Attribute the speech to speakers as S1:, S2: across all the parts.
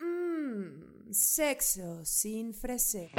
S1: Mmm, Sexo sin freser.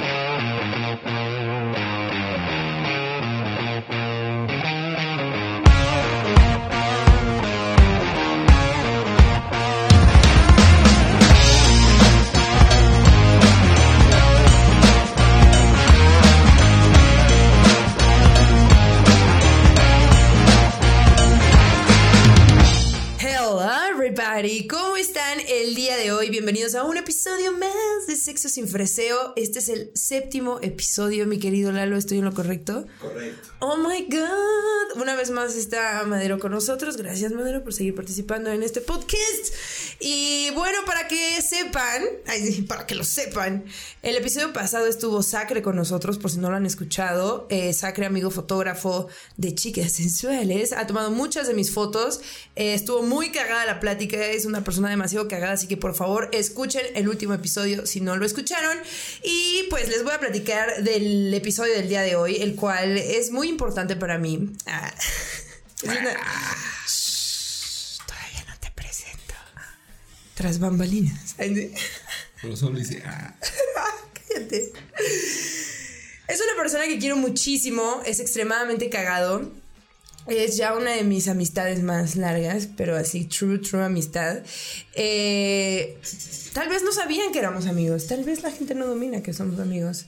S1: Hello everybody, ¿cómo están el día de hoy? Bienvenidos a un episodio más de Sexo sin Freseo. Este es el séptimo episodio, mi querido Lalo, ¿estoy en lo correcto?
S2: Correcto.
S1: Oh my god, una vez más está Madero con nosotros. Gracias Madero por seguir participando en este podcast. Y bueno, para que sepan, ay, sí, para que lo sepan, el episodio pasado estuvo Sacre con nosotros, por si no lo han escuchado. Eh, Sacre, amigo fotógrafo de chicas sensuales, ha tomado muchas de mis fotos. Eh, estuvo muy cagada la plática, es una persona demasiado cagada, así que por favor escuchen el último episodio si no lo escucharon. Y pues les voy a platicar del episodio del día de hoy, el cual es muy importante para mí. Ah. Es una- Shh, Todavía no te presento. Tras bambalinas.
S2: Pero solo dice, ah,
S1: Cállate. Es una persona que quiero muchísimo, es extremadamente cagado. Es ya una de mis amistades más largas, pero así, true, true amistad. Eh, tal vez no sabían que éramos amigos, tal vez la gente no domina que somos amigos.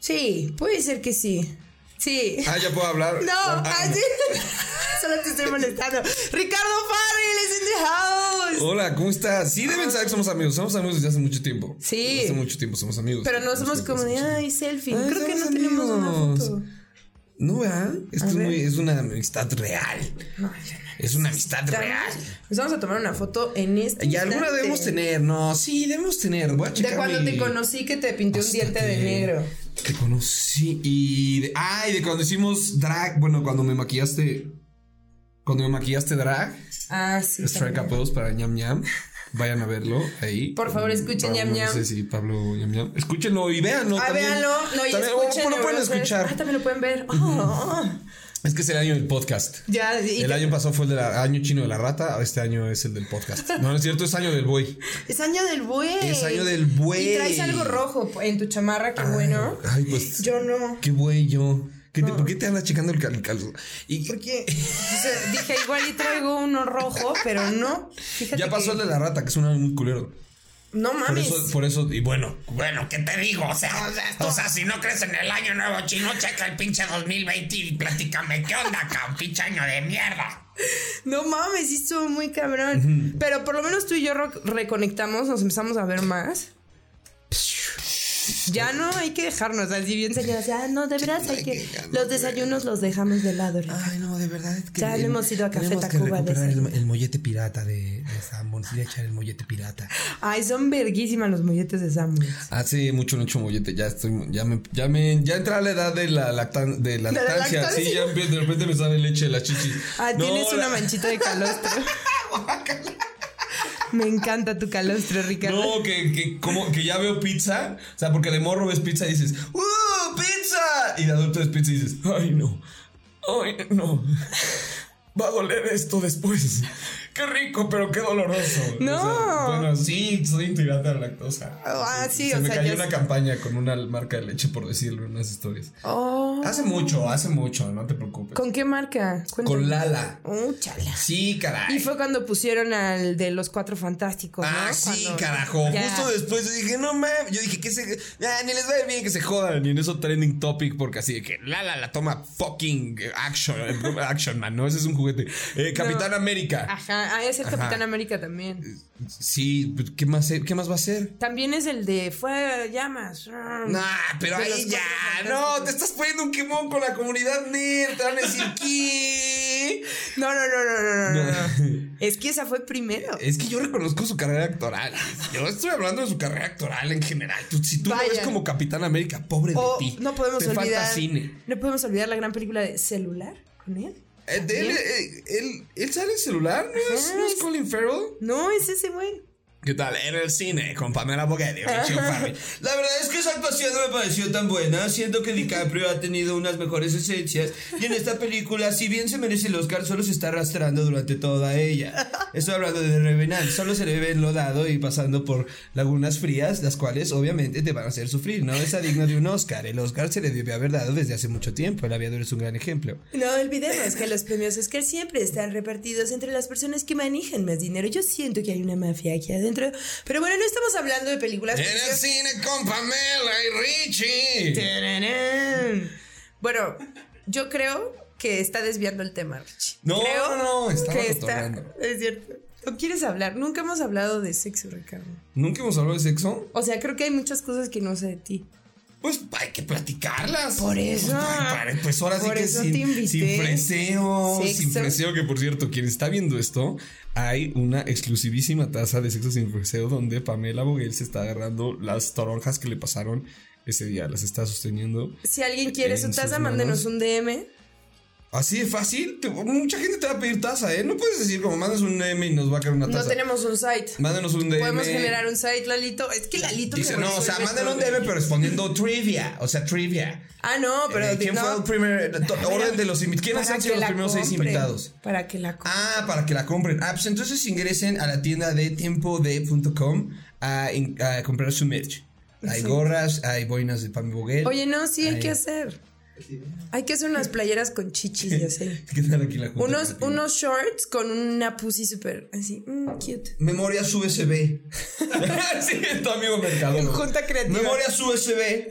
S1: Sí, puede ser que sí. Sí.
S2: ah, ya puedo hablar.
S1: No,
S2: Ah,
S1: así. Solo te estoy molestando. Ricardo Farrell es in the house.
S2: Hola, ¿cómo estás? Sí, deben saber que somos amigos. Somos amigos desde hace mucho tiempo.
S1: Sí.
S2: Desde hace mucho tiempo somos amigos.
S1: Pero no
S2: Nos
S1: somos como de,
S2: conocemos.
S1: ay, selfie.
S2: Ay,
S1: Creo que no
S2: somos
S1: tenemos una
S2: amigos.
S1: foto.
S2: No, ¿verdad? Esto
S1: A
S2: es,
S1: ver.
S2: muy- es una amistad real.
S1: No, ya no.
S2: Es una amistad real.
S1: Nos vamos a tomar una foto en este.
S2: Y alguna
S1: instante.
S2: debemos tener, no, sí, debemos tener. Voy a
S1: De
S2: checar
S1: cuando
S2: mi-
S1: te conocí que te pinté un
S2: Hasta
S1: diente de
S2: que
S1: negro.
S2: Te conocí y... De, ah, y de cuando hicimos drag, bueno, cuando me maquillaste... Cuando me maquillaste drag,
S1: Ah, sí.
S2: Strike a
S1: también.
S2: Pose para ñam ñam. Vayan a verlo ahí.
S1: Por favor, escuchen
S2: Pablo,
S1: Ñam Ñam.
S2: No sé si Pablo ñam ñam. Escúchenlo y véanlo.
S1: Ah,
S2: también.
S1: véanlo. No, y
S2: También,
S1: escuchen.
S2: bueno, lo pueden
S1: Ah,
S2: escuchar.
S1: también lo pueden ver. Oh,
S2: Es que es el año del podcast.
S1: Ya, y-
S2: El año pasado fue el del año chino de la rata, este año es el del podcast. No, no es cierto, es año del buey.
S1: es año del buey.
S2: Es año del
S1: Y
S2: buey.
S1: traes algo rojo en tu chamarra, qué bueno.
S2: Ay, pues.
S1: Yo no.
S2: Qué buey yo. ¿Qué te- ¿Por qué te andas checando el cal- calzón? Y
S1: ¿Por qué? Entonces, dije, igual y traigo uno rojo, pero no. Fíjate
S2: ya pasó el
S1: que-
S2: de la rata, que es un año muy culero.
S1: No
S2: Por
S1: mames.
S2: eso, por eso, y bueno,
S3: Bueno, ¿qué te digo? O sea, o sea, si no crees en el año nuevo chino, checa el pinche 2020 y platícame qué onda, cabrón, pinche año de mierda.
S1: No mames, sí estuvo muy cabrón. Pero por lo menos tú y yo ro- reconectamos, nos empezamos a ver más. Ya no hay que dejarnos así bien señalas. Ah, no, de veras hay que. Los desayunos los dejamos de lado. Ricardo.
S2: Ay, no, de verdad es que.
S1: Ya no hemos ido a Café
S2: tenemos que
S1: Tacuba de
S2: recuperar el,
S1: ese.
S2: el mollete pirata de, de Sanborns. Ir a echar el mollete pirata.
S1: Ay, son verguísimas los molletes de Samuel.
S2: Hace mucho no he hecho mollete. Ya estoy. Ya me. Ya me. Ya entré a la edad de la, lactan, de la
S1: De la
S2: lactancia. Sí,
S1: lactancia.
S2: ya empie- de repente me sale leche de las chichis.
S1: Ah,
S2: No,
S1: tienes una
S2: la-
S1: manchita de calostro. Me encanta tu calostro, Ricardo.
S2: No, que, que, como, que ya veo pizza. O sea, porque de morro ves pizza y dices, ¡Uh, pizza! Y de adulto ves pizza y dices, ¡ay, no! ¡ay, no! Va a doler esto después. ¡Qué rico, pero qué doloroso!
S1: No.
S2: O sea, bueno, sí, soy intolerante a la lactosa.
S1: Ah, sí,
S2: Se
S1: o
S2: me
S1: sea,
S2: cayó
S1: ya
S2: una
S1: es-
S2: campaña con una marca de leche, por decirlo, en unas historias.
S1: Oh,
S2: Hace mucho, hace mucho, no te preocupes.
S1: ¿Con qué marca? Cuéntame.
S2: Con Lala.
S1: Oh, chala.
S2: Sí, caray.
S1: Y fue cuando pusieron al de los cuatro fantásticos.
S2: Ah,
S1: pues, ¿no?
S2: sí,
S1: Cuando-
S2: carajo.
S1: Ya.
S2: Justo después yo dije, no mames. Yo dije que se. ah, ni les va a ir bien que se jodan. Y en eso trending topic, porque así de que la la la toma fucking action, action man, ¿no? Ese es un juguete. Eh, Capitán América.
S1: Ajá, ah, es el
S2: Ajá.
S1: Capitán América también.
S2: Sí, pero ¿qué más, qué más va a ser?
S1: También es el de Fue Llamas.
S2: Nah, pero
S1: De
S2: ahí
S1: los
S2: ya.
S1: cuatro
S2: No,
S1: fantásticos.
S2: te estás poniendo un quemón con la comunidad nerd. Te van a decir, ¿qué?
S1: No, no, no, no, no, no,
S2: No.
S1: no. Es que esa fue primero.
S2: Es que yo reconozco su carrera actoral. Yo estoy hablando de su carrera actoral en general. Tú- si tú lo ves
S1: Vaya.
S2: como Capitán América, pobre
S1: O
S2: de ti.
S1: no podemos
S2: Te
S1: olvidar.
S2: falta cine.
S1: No podemos olvidar la gran película de Celular con él.
S2: Eh, de él, eh, él, él sale en celular, ¿no es,
S1: Ajá,
S2: no es
S1: es-
S2: Colin Farrell?
S1: No, es ese güey.
S2: ¿Qué tal? En el cine con Pamela Boguedio y Chio Farrell.
S4: La verdad es que esa actuación no me pareció tan buena, siendo que DiCaprio ha tenido unas mejores esencias y en esta película, si bien se merece el Oscar, solo se está arrastrando durante toda ella. Estoy hablando de The Revenant, solo se le ve enlodado y pasando por lagunas frías, las cuales obviamente te van a hacer sufrir, ¿no? Es digno de un Oscar, el Oscar se le debió haber dado desde hace mucho tiempo, el aviador es un gran ejemplo.
S1: No olvidemos que los premios Oscar siempre están repartidos entre las personas que manejan más dinero. Yo siento que hay una mafia aquí adentro. Pero bueno, no estamos hablando de películas.
S2: En el cine con Pamela y Richie.
S1: Tararán. Bueno, yo creo que está desviando el tema, Richie.
S2: No,
S1: Creo
S2: no, no, estaba
S1: que está.
S2: cotorreando.
S1: Es cierto. ¿O quieres hablar? Nunca hemos hablado de sexo, Ricardo.
S2: ¿Nunca hemos hablado de sexo?
S1: O sea, creo que hay muchas cosas que no sé de ti.
S2: Pues hay que platicarlas.
S1: Por eso.
S2: Ay, Pues ahora sí
S1: Por
S2: que
S1: eso te
S2: sin,
S1: invité.
S2: sin freseo, sin
S1: Sexo.
S2: freseo, que por cierto, quien está viendo esto, hay una exclusivísima taza de sexo sin freseo donde Pamela Boguel se está agarrando las toronjas que le pasaron ese día, las está sosteniendo.
S1: Si alguien quiere
S2: En
S1: su
S2: sus
S1: taza,
S2: manos.
S1: mándenos un DM.
S2: Así de fácil, te- mucha gente te va a pedir taza, ¿eh? No puedes decir como mandas un DM y nos va a caer una taza.
S1: No tenemos un site.
S2: Mándenos un DM.
S1: Podemos generar un site, Lalito. Es que Lalito me
S2: Dice, no, o sea,
S1: resuelve
S2: manden un
S1: todo.
S2: DM pero respondiendo trivia, o sea, trivia.
S1: Ah, no, pero
S2: Eh,
S1: di-
S2: ¿Quién
S1: no.
S2: fue el primer to- orden de los invitados? ¿Quiénes
S1: Para
S2: han
S1: que
S2: sido los
S1: la
S2: primeros seis
S1: compren,
S2: invitados?
S1: Para que la compren.
S2: Ah, para que la compren. Ah, pues entonces ingresen a la tienda de tiempode.com a, in- a comprar su merch. Hay gorras, hay boinas de Pam Boguel.
S1: Oye, no, sí hay
S2: Ahí.
S1: que hacer. Hay que hacer unas playeras con chichis y así.
S2: ¿Qué tal aquí la junta
S1: unos,
S2: creativa?
S1: unos shorts con una pussy súper así, mm, cute.
S4: Memorias USB.
S2: sí, tu amigo mercado.
S1: Junta creativa.
S4: Memorias USB.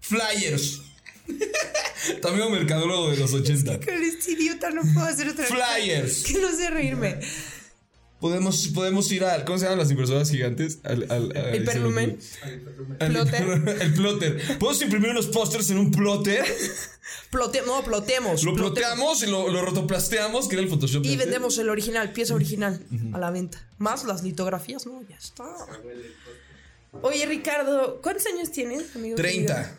S4: Flyers.
S2: Tu amigo mercadólogo de los 80.
S1: Con este idiota no puedo hacer otra cosa.
S2: Flyers.
S1: Que no sé reírme.
S2: Podemos, podemos ir al. ¿Cómo se llaman las impresoras gigantes? Al, al- al-
S1: El perlumen.
S2: al-
S1: Plotter.
S2: El plotter. ¿Podemos imprimir unos pósters en un plotter?
S1: Plote- no, plotemos. plotemos.
S2: Lo ploteamos y lo, lo rotoplasteamos, que era el Photoshop. de
S1: Y
S2: antes.
S1: vendemos el original, pieza original a la venta. Más las litografías, ¿no? Ya está. Oye, Ricardo, ¿cuántos años tienes, amigo?
S2: 30.
S1: querido?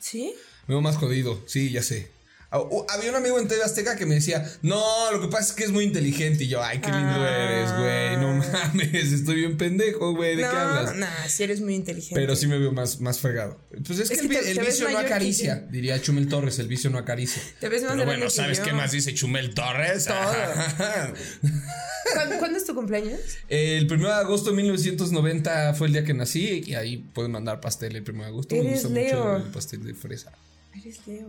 S1: ¿Sí?
S2: Me veo más jodido, sí, ya sé. Ah, uh, Había un amigo en TV Azteca que me decía, no, lo que pasa es que es muy inteligente. Y yo, ay, qué lindo
S1: Ah.
S2: eres, güey, no mames, estoy bien pendejo, güey, ¿de qué
S1: No,
S2: hablas?
S1: no, si eres muy inteligente.
S2: Pero sí me veo más, más fregado. Pues es, que,
S1: que
S2: el, vi-
S1: te-
S2: el
S1: te ves
S2: vicio no
S1: mayor que
S2: acaricia, diría Chumel Torres, el vicio no acaricia.
S1: Te ves más
S2: Pero
S1: grande
S2: bueno,
S1: que
S2: ¿sabes
S1: yo.
S2: qué más dice Chumel Torres?
S1: Todo. ¿Cuándo, cuándo es tu cumpleaños?
S2: el 1 de agosto de 1990 fue el día que nací y ahí pueden mandar pastel el 1 de agosto. me
S1: Eres
S2: gusta
S1: Leo.
S2: mucho el pastel de fresa.
S1: Eres Leo.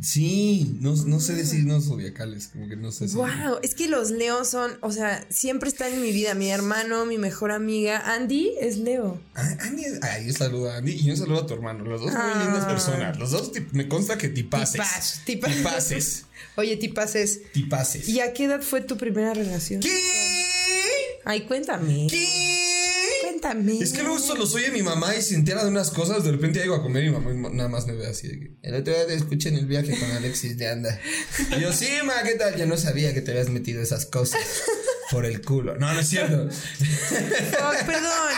S2: Sí, no, no
S1: Ah.
S2: sé decirnos zodiacales, como que no sé si.
S1: Wow, es que los Leos son, o sea, siempre están en mi vida. Mi hermano, mi mejor amiga, Andy es Leo.
S2: Ah, Andy, ay, yo saludo a Andy y yo saludo a tu hermano. Los dos
S1: Ah.
S2: muy lindas personas. Los dos ti- me consta que tipaces.
S1: Tipas- tipas.
S2: Tipaces.
S1: Oye, tipaces.
S2: Tipaces.
S1: ¿Y a qué edad fue tu primera relación?
S2: ¿Qué?
S1: Ay, cuéntame.
S2: ¿Qué?
S1: Cuéntame.
S2: Es que luego esto los oye mi mamá y se entera de unas cosas. De repente llego a comer y mi mamá nada más me ve así de que. El otro día te escuché en el viaje con Alexis de Anda. Y yo, sí, ma, ¿qué tal? Yo no sabía que te habías metido esas cosas por el culo. No, no es cierto.
S1: Fuck, perdón.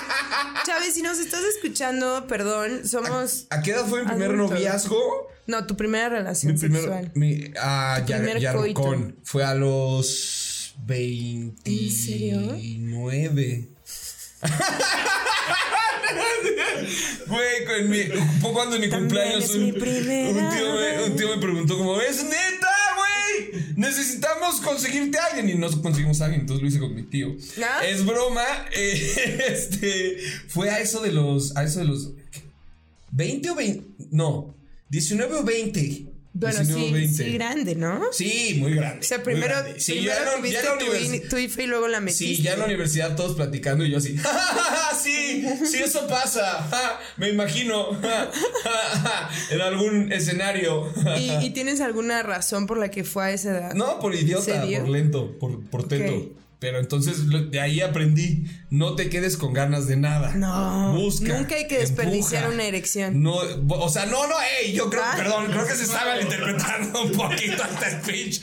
S1: Chávez, si nos estás escuchando, perdón, somos.
S2: ¿A qué edad fue mi primer
S1: Adulto.
S2: noviazgo?
S1: No, tu primera relación
S2: Mi primer,
S1: sexual.
S2: mi, ah, ya,
S1: primer
S2: ya
S1: coito.
S2: Rocón. fue a los
S1: ¿En serio?
S2: 29. Güey, con mi, fue cuando en mi
S1: También
S2: cumpleaños
S1: es
S2: un,
S1: mi primera
S2: un tío me, un tío me preguntó como, ¿es neta, güey? Necesitamos conseguirte a alguien y no conseguimos a alguien, entonces lo hice con mi tío.
S1: ¿Ah?
S2: Es broma, eh, este, fue a eso de los, a eso de los, 20 o 20, no, 19 o 20.
S1: Bueno,
S2: 19 o
S1: sí, sí, grande, ¿no? O
S2: Sí, muy grande.
S1: sea,
S2: muy
S1: primero,
S2: grande. Sí,
S1: primero
S2: ya no,
S1: tuviste
S2: ya no
S1: tu,
S2: univers-
S1: in- tu IFE y luego la metiste.
S2: Sí, ya en la universidad todos platicando y yo así, ¡Ja, ja, ja, ja! sí, sí, eso pasa, ja, me imagino, ja, ja, ja, en algún escenario.
S1: ¿Y, y tienes alguna razón por la que fue a esa edad?
S2: No, por
S1: ¿Se
S2: idiota,
S1: dio?
S2: por lento, por, por teto.
S1: Ok.
S2: Pero entonces lo- de ahí aprendí, no te quedes con ganas de nada.
S1: No,
S2: Busca.
S1: nunca hay que desperdiciar
S2: empuja.
S1: una erección.
S2: No, o sea, no, no, ey, yo creo,
S1: Ah.
S2: perdón, creo que se está malinterpretando un poquito este speech.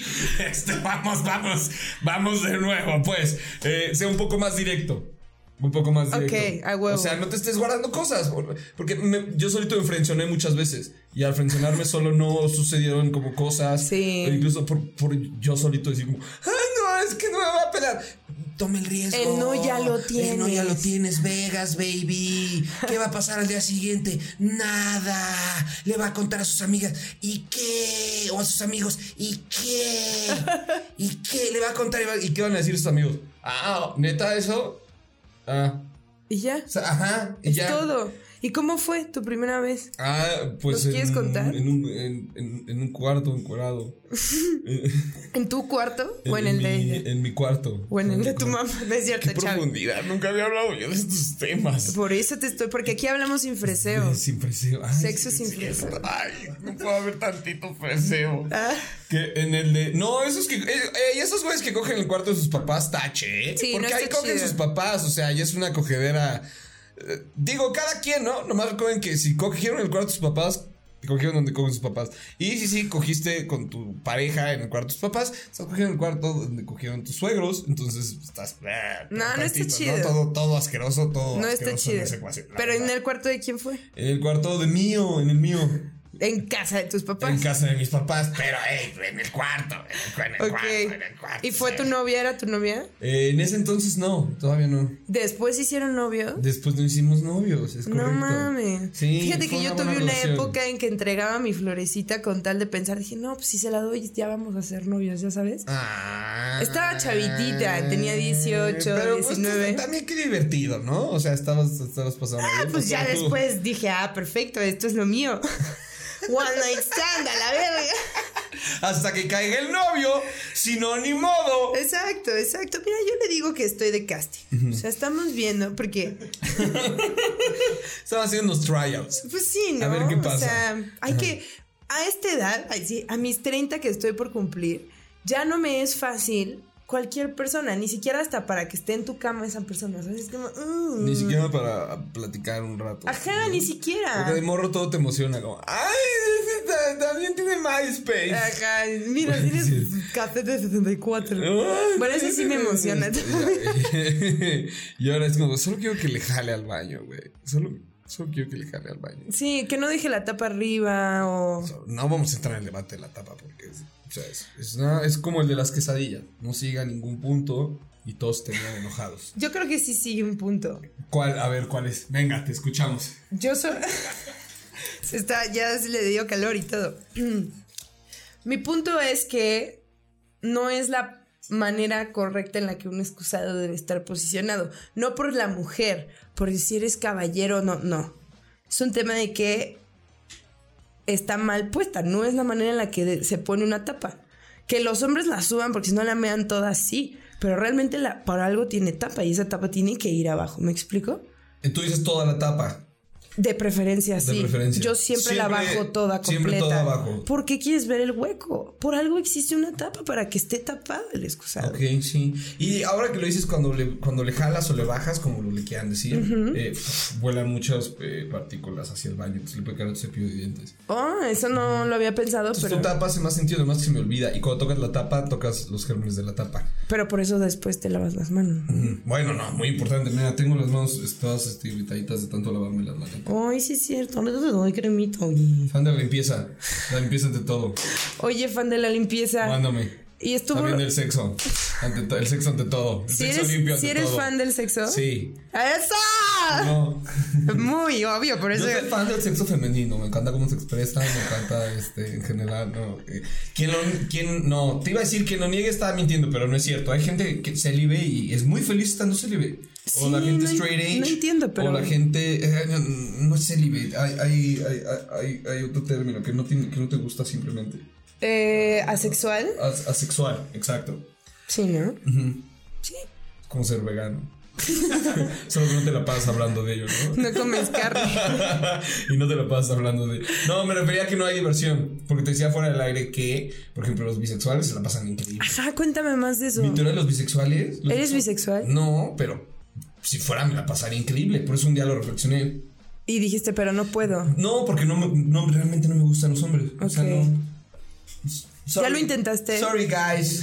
S2: Este, vamos, vamos, vamos de nuevo, pues. Eh, sea un poco más directo. Un poco más
S1: Ok,
S2: directo.
S1: a huevo.
S2: O sea, no te estés guardando cosas. por- Porque me- yo solito me frencioné muchas veces. Y al frencionarme solo no sucedieron como cosas.
S1: Sí.
S2: O incluso por, por yo solito decir como, ay, no, es que no me va a pelar.
S4: Toma el riesgo.
S1: El no ya lo
S4: El no ya lo tienes.
S1: tienes.
S4: Vegas, baby. ¿Qué va a pasar al día siguiente? Nada. Le va a contar a sus amigas. ¿Y qué? O a sus amigos. ¿Y qué? ¿Y qué? Le va a contar. y va-
S2: ¿Y qué van a decir sus amigos? Ah, neta, eso. Ah,
S1: Y ya.
S2: o sea, ajá, y
S1: Es
S2: ya.
S1: todo. ¿Y cómo fue tu primera vez?
S2: Ah, pues.
S1: ¿Nos quieres
S2: en,
S1: contar?
S2: En un, en, en- en un cuarto, encuerado.
S1: ¿En tu cuarto o en el
S2: mi,
S1: de ella?
S2: En mi cuarto.
S1: O en el de
S2: mi
S1: tu
S2: cuarto.
S1: mamá. No es cierto,
S2: Qué
S1: Chavi.
S2: profundidad, nunca había hablado yo de estos temas.
S1: Por eso te estoy, porque aquí hablamos sin freseo.
S2: Sin freseo. Ay,
S1: Sexo
S2: sí,
S1: sin
S2: sí,
S1: freseo.
S2: es- Ay, no puedo haber tantito freseo.
S1: Ah,
S2: Que en el de. No, esos que. eh, eh, esos güeyes que cogen el cuarto de sus papás, tache, ¿eh?
S1: Sí,
S2: Porque
S1: no
S2: ahí
S1: está
S2: cogen
S1: chido.
S2: sus papás, o sea, ya es una cogedera. eh, digo, cada quien, ¿no? Nomás recuerden que si cogieron el cuarto de sus papás, cogieron donde cogen sus papás. Y si sí, cogiste con tu pareja en el cuarto de tus papás, estás cogiendo el cuarto donde cogieron tus suegros, entonces estás. eh,
S1: No, no está chido.
S2: Todo, todo asqueroso, todo.
S1: no está
S2: asqueroso en
S1: chido.
S2: esa ecuación, la
S1: Pero en
S2: verdad.
S1: el cuarto de quién fue?
S2: En el cuarto de mío, en el mío.
S1: En casa de tus
S2: En
S1: papás.
S2: casa de mis papás.
S3: Pero, hey, en el cuarto, en el cuarto, en el
S1: ok.
S3: cuarto.
S1: ¿Y fue
S3: sí.
S1: tu novia? ¿Era tu novia?
S2: Eh, en ese entonces no, todavía no.
S1: ¿Después hicieron novio?
S2: Después no hicimos novios, es correcto.
S1: No mames.
S2: Sí,
S1: Fíjate
S2: fue
S1: que yo
S2: buena
S1: tuve una
S2: relación.
S1: época en que entregaba mi florecita con tal de pensar, dije, no, pues si se la doy, ya vamos a ser novios, ya sabes.
S2: Ah.
S1: Estaba chavitita, tenía 18,
S2: Pero, pues,
S1: 19.
S2: también qué divertido, ¿no? O sea, estabas, estabas pasando.
S1: Ah,
S2: bien,
S1: pues ya
S2: porque tú-
S1: después dije, ah, perfecto, esto es lo mío. One night stand, a la verga.
S2: Hasta que caiga el novio, si no, ni modo.
S1: Exacto, exacto. Mira, yo le digo que estoy de casting. O sea, estamos viendo, porque,
S2: Estaban haciendo unos tryouts.
S1: pues sí, ¿no?
S2: A ver qué pasa.
S1: O sea, hay que, a esta edad, ay, sí, a mis 30 que estoy por cumplir, ya no me es fácil cualquier persona, ni siquiera hasta para que esté en tu cama esa persona. ¿sabes? Es como, mm.
S2: Ni siquiera para platicar un rato.
S1: Ajá, ni siquiera.
S2: Porque de morro todo te emociona, como, ¡ay! ese ta- También tiene MySpace.
S1: Ajá, mira, tienes café de 74.
S2: Ay,
S1: Bueno, eso sí me emociona.
S2: y ahora es como, solo quiero que le jale al baño, güey. Solo, solo quiero que le jale al baño.
S1: Sí, que no deje la tapa arriba o...
S2: O sea, no vamos a entrar en el debate de la tapa porque es, o sea, es, es una- es como el de las quesadillas. No siga ningún punto y todos terminan enojados.
S1: Yo creo que sí sigue un punto.
S2: ¿Cuál? A ver, ¿cuál es? Venga, te escuchamos.
S1: Yo solo... Se está, ya se le dio calor y todo. Mi punto es que no es la manera correcta en la que un excusado debe estar posicionado. No por la mujer, por si eres caballero o no, no. Es un tema de que está mal puesta, no es la manera en la que de- se pone una tapa. Que los hombres la suban porque si no la mean toda así, pero realmente la, para algo tiene tapa y esa tapa tiene que ir abajo, ¿me explico?
S2: Entonces Eh, toda la tapa.
S1: De preferencia, sí.
S2: preferencia.
S1: Yo siempre, la
S2: Siempre-
S1: bajo toda completa.
S2: siempre toda abajo.
S1: ¿Por qué quieres ver el hueco? Por algo existe una tapa para que esté tapado el excusado.
S2: Ok, sí. Y ahora que lo dices, cuando le, cuando le jalas o le bajas, como lo le quieran decir, eh, vuelan muchas eh, partículas hacia el baño. Entonces le puede caer tu cepillo de dientes.
S1: Oh, eso no lo había pensado,
S2: Entonces
S1: pero,
S2: tu tapa hace más sentido, además que se me olvida. Y cuando tocas la tapa, tocas los gérmenes de la tapa.
S1: pero por eso después te lavas las manos.
S2: Mm, Bueno, no, muy importante. Mira, tengo las manos todas este, irritaditas de tanto lavarme las manos.
S1: Ay, sí es cierto, ahorita te doy cremita, oye.
S2: Fan de la limpieza. La limpieza ante todo.
S1: Oye, fan de la
S2: Ah.
S1: limpieza.
S2: Mándame.
S1: Y estuvo...
S2: También el sexo. Ante to- el sexo ante todo. El
S1: Si
S2: sexo
S1: eres,
S2: limpio
S1: si
S2: ante
S1: eres
S2: todo.
S1: fan del sexo.
S2: Sí.
S1: ¡Eso!
S2: No.
S1: Muy obvio, por
S2: Yo
S1: eso...
S2: soy fan del sexo femenino. Me encanta cómo se expresa. Me encanta, este, en general. No. Eh, Quien lo, quien, no. Te iba a decir que no niegue estaba mintiendo, pero no es cierto. Hay gente que se libe y es muy feliz estando célibe. O
S1: Sí,
S2: la gente
S1: no en-
S2: straight edge.
S1: no entiendo, pero-
S2: O la gente. eh, no, no es célibe. Hay, hay, hay, hay, hay otro término que no, tiene, que no te gusta simplemente.
S1: Eh, ¿Asexual?
S2: As- asexual, exacto.
S1: Sí, ¿no?
S2: Es como ser vegano. Solo que no te la pasas hablando de ello, ¿no?
S1: No comes carne.
S2: y no te la pasas hablando de. No, me refería a que no hay diversión. Porque te decía fuera del aire que, por ejemplo, los bisexuales se la pasan increíble.
S1: Ajá, cuéntame más de eso.
S2: Mi teoría de los bisexuales. los
S1: ¿Eres
S2: bisexuales-
S1: bisexual?
S2: No, pero si fuera me la pasaría increíble. Por eso un día lo reflexioné.
S1: Y dijiste, pero no puedo.
S2: No, porque no, me- no realmente no me gustan los hombres. O sea,
S1: Ok.
S2: no.
S1: Ya lo intentaste.
S2: Sorry, guys.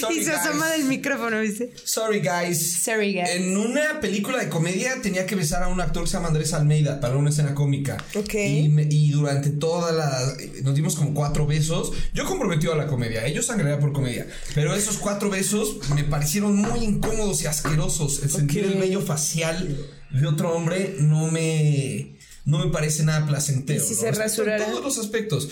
S2: Sorry,
S1: y se asoma
S2: guys.
S1: del micrófono, ¿viste?
S2: Sorry, guys.
S1: Sorry, guys.
S2: En una película de comedia tenía que besar a un actor que se llama Andrés Almeida para una escena cómica.
S1: Ok.
S2: Y, me- y durante toda la. Nos dimos como cuatro besos. Yo comprometido a la comedia. Ellos sangraría por comedia. Pero esos cuatro besos me parecieron muy incómodos y asquerosos. El sentir
S1: Ok.
S2: el vello facial de otro hombre no me. No me parece nada placentero.
S1: ¿Y si
S2: ¿no?
S1: se
S2: Respecto a
S1: rasurara?
S2: todos los aspectos.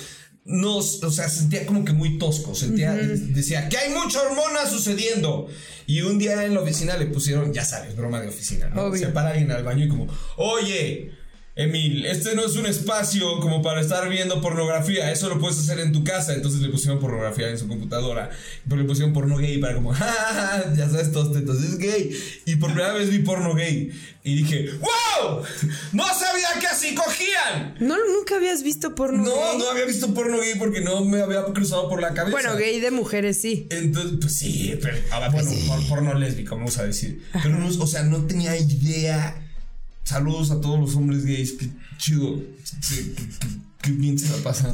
S2: No, o sea, sentía como que muy tosco, sentía, decía que hay mucha hormona sucediendo. Y un día en la oficina le pusieron, ya sabes, broma de oficina, ¿no?
S1: Obvio.
S2: Se para alguien al baño y como, oye, Emil, este no es un espacio como para estar viendo pornografía, eso lo puedes hacer en tu casa. Entonces le pusieron pornografía en su computadora, pero le pusieron porno gay para como, "Ja, ja, ja, ya sabes, toste, entonces es gay. Y por primera vez vi porno gay y dije, ¡Wow! ¡No sabía que así cogían!
S1: No, nunca habías visto porno.
S2: No,
S1: gay?
S2: no había visto porno gay porque no me había cruzado por la cabeza.
S1: Bueno, gay de mujeres sí.
S2: Entonces, pues sí, pero ahora, bueno, por- porno lésbico, vamos a decir. Pero no, o sea, no tenía idea. Saludos a todos los hombres gays, qué chido, qué, qué- qué- qué bien se la pasan.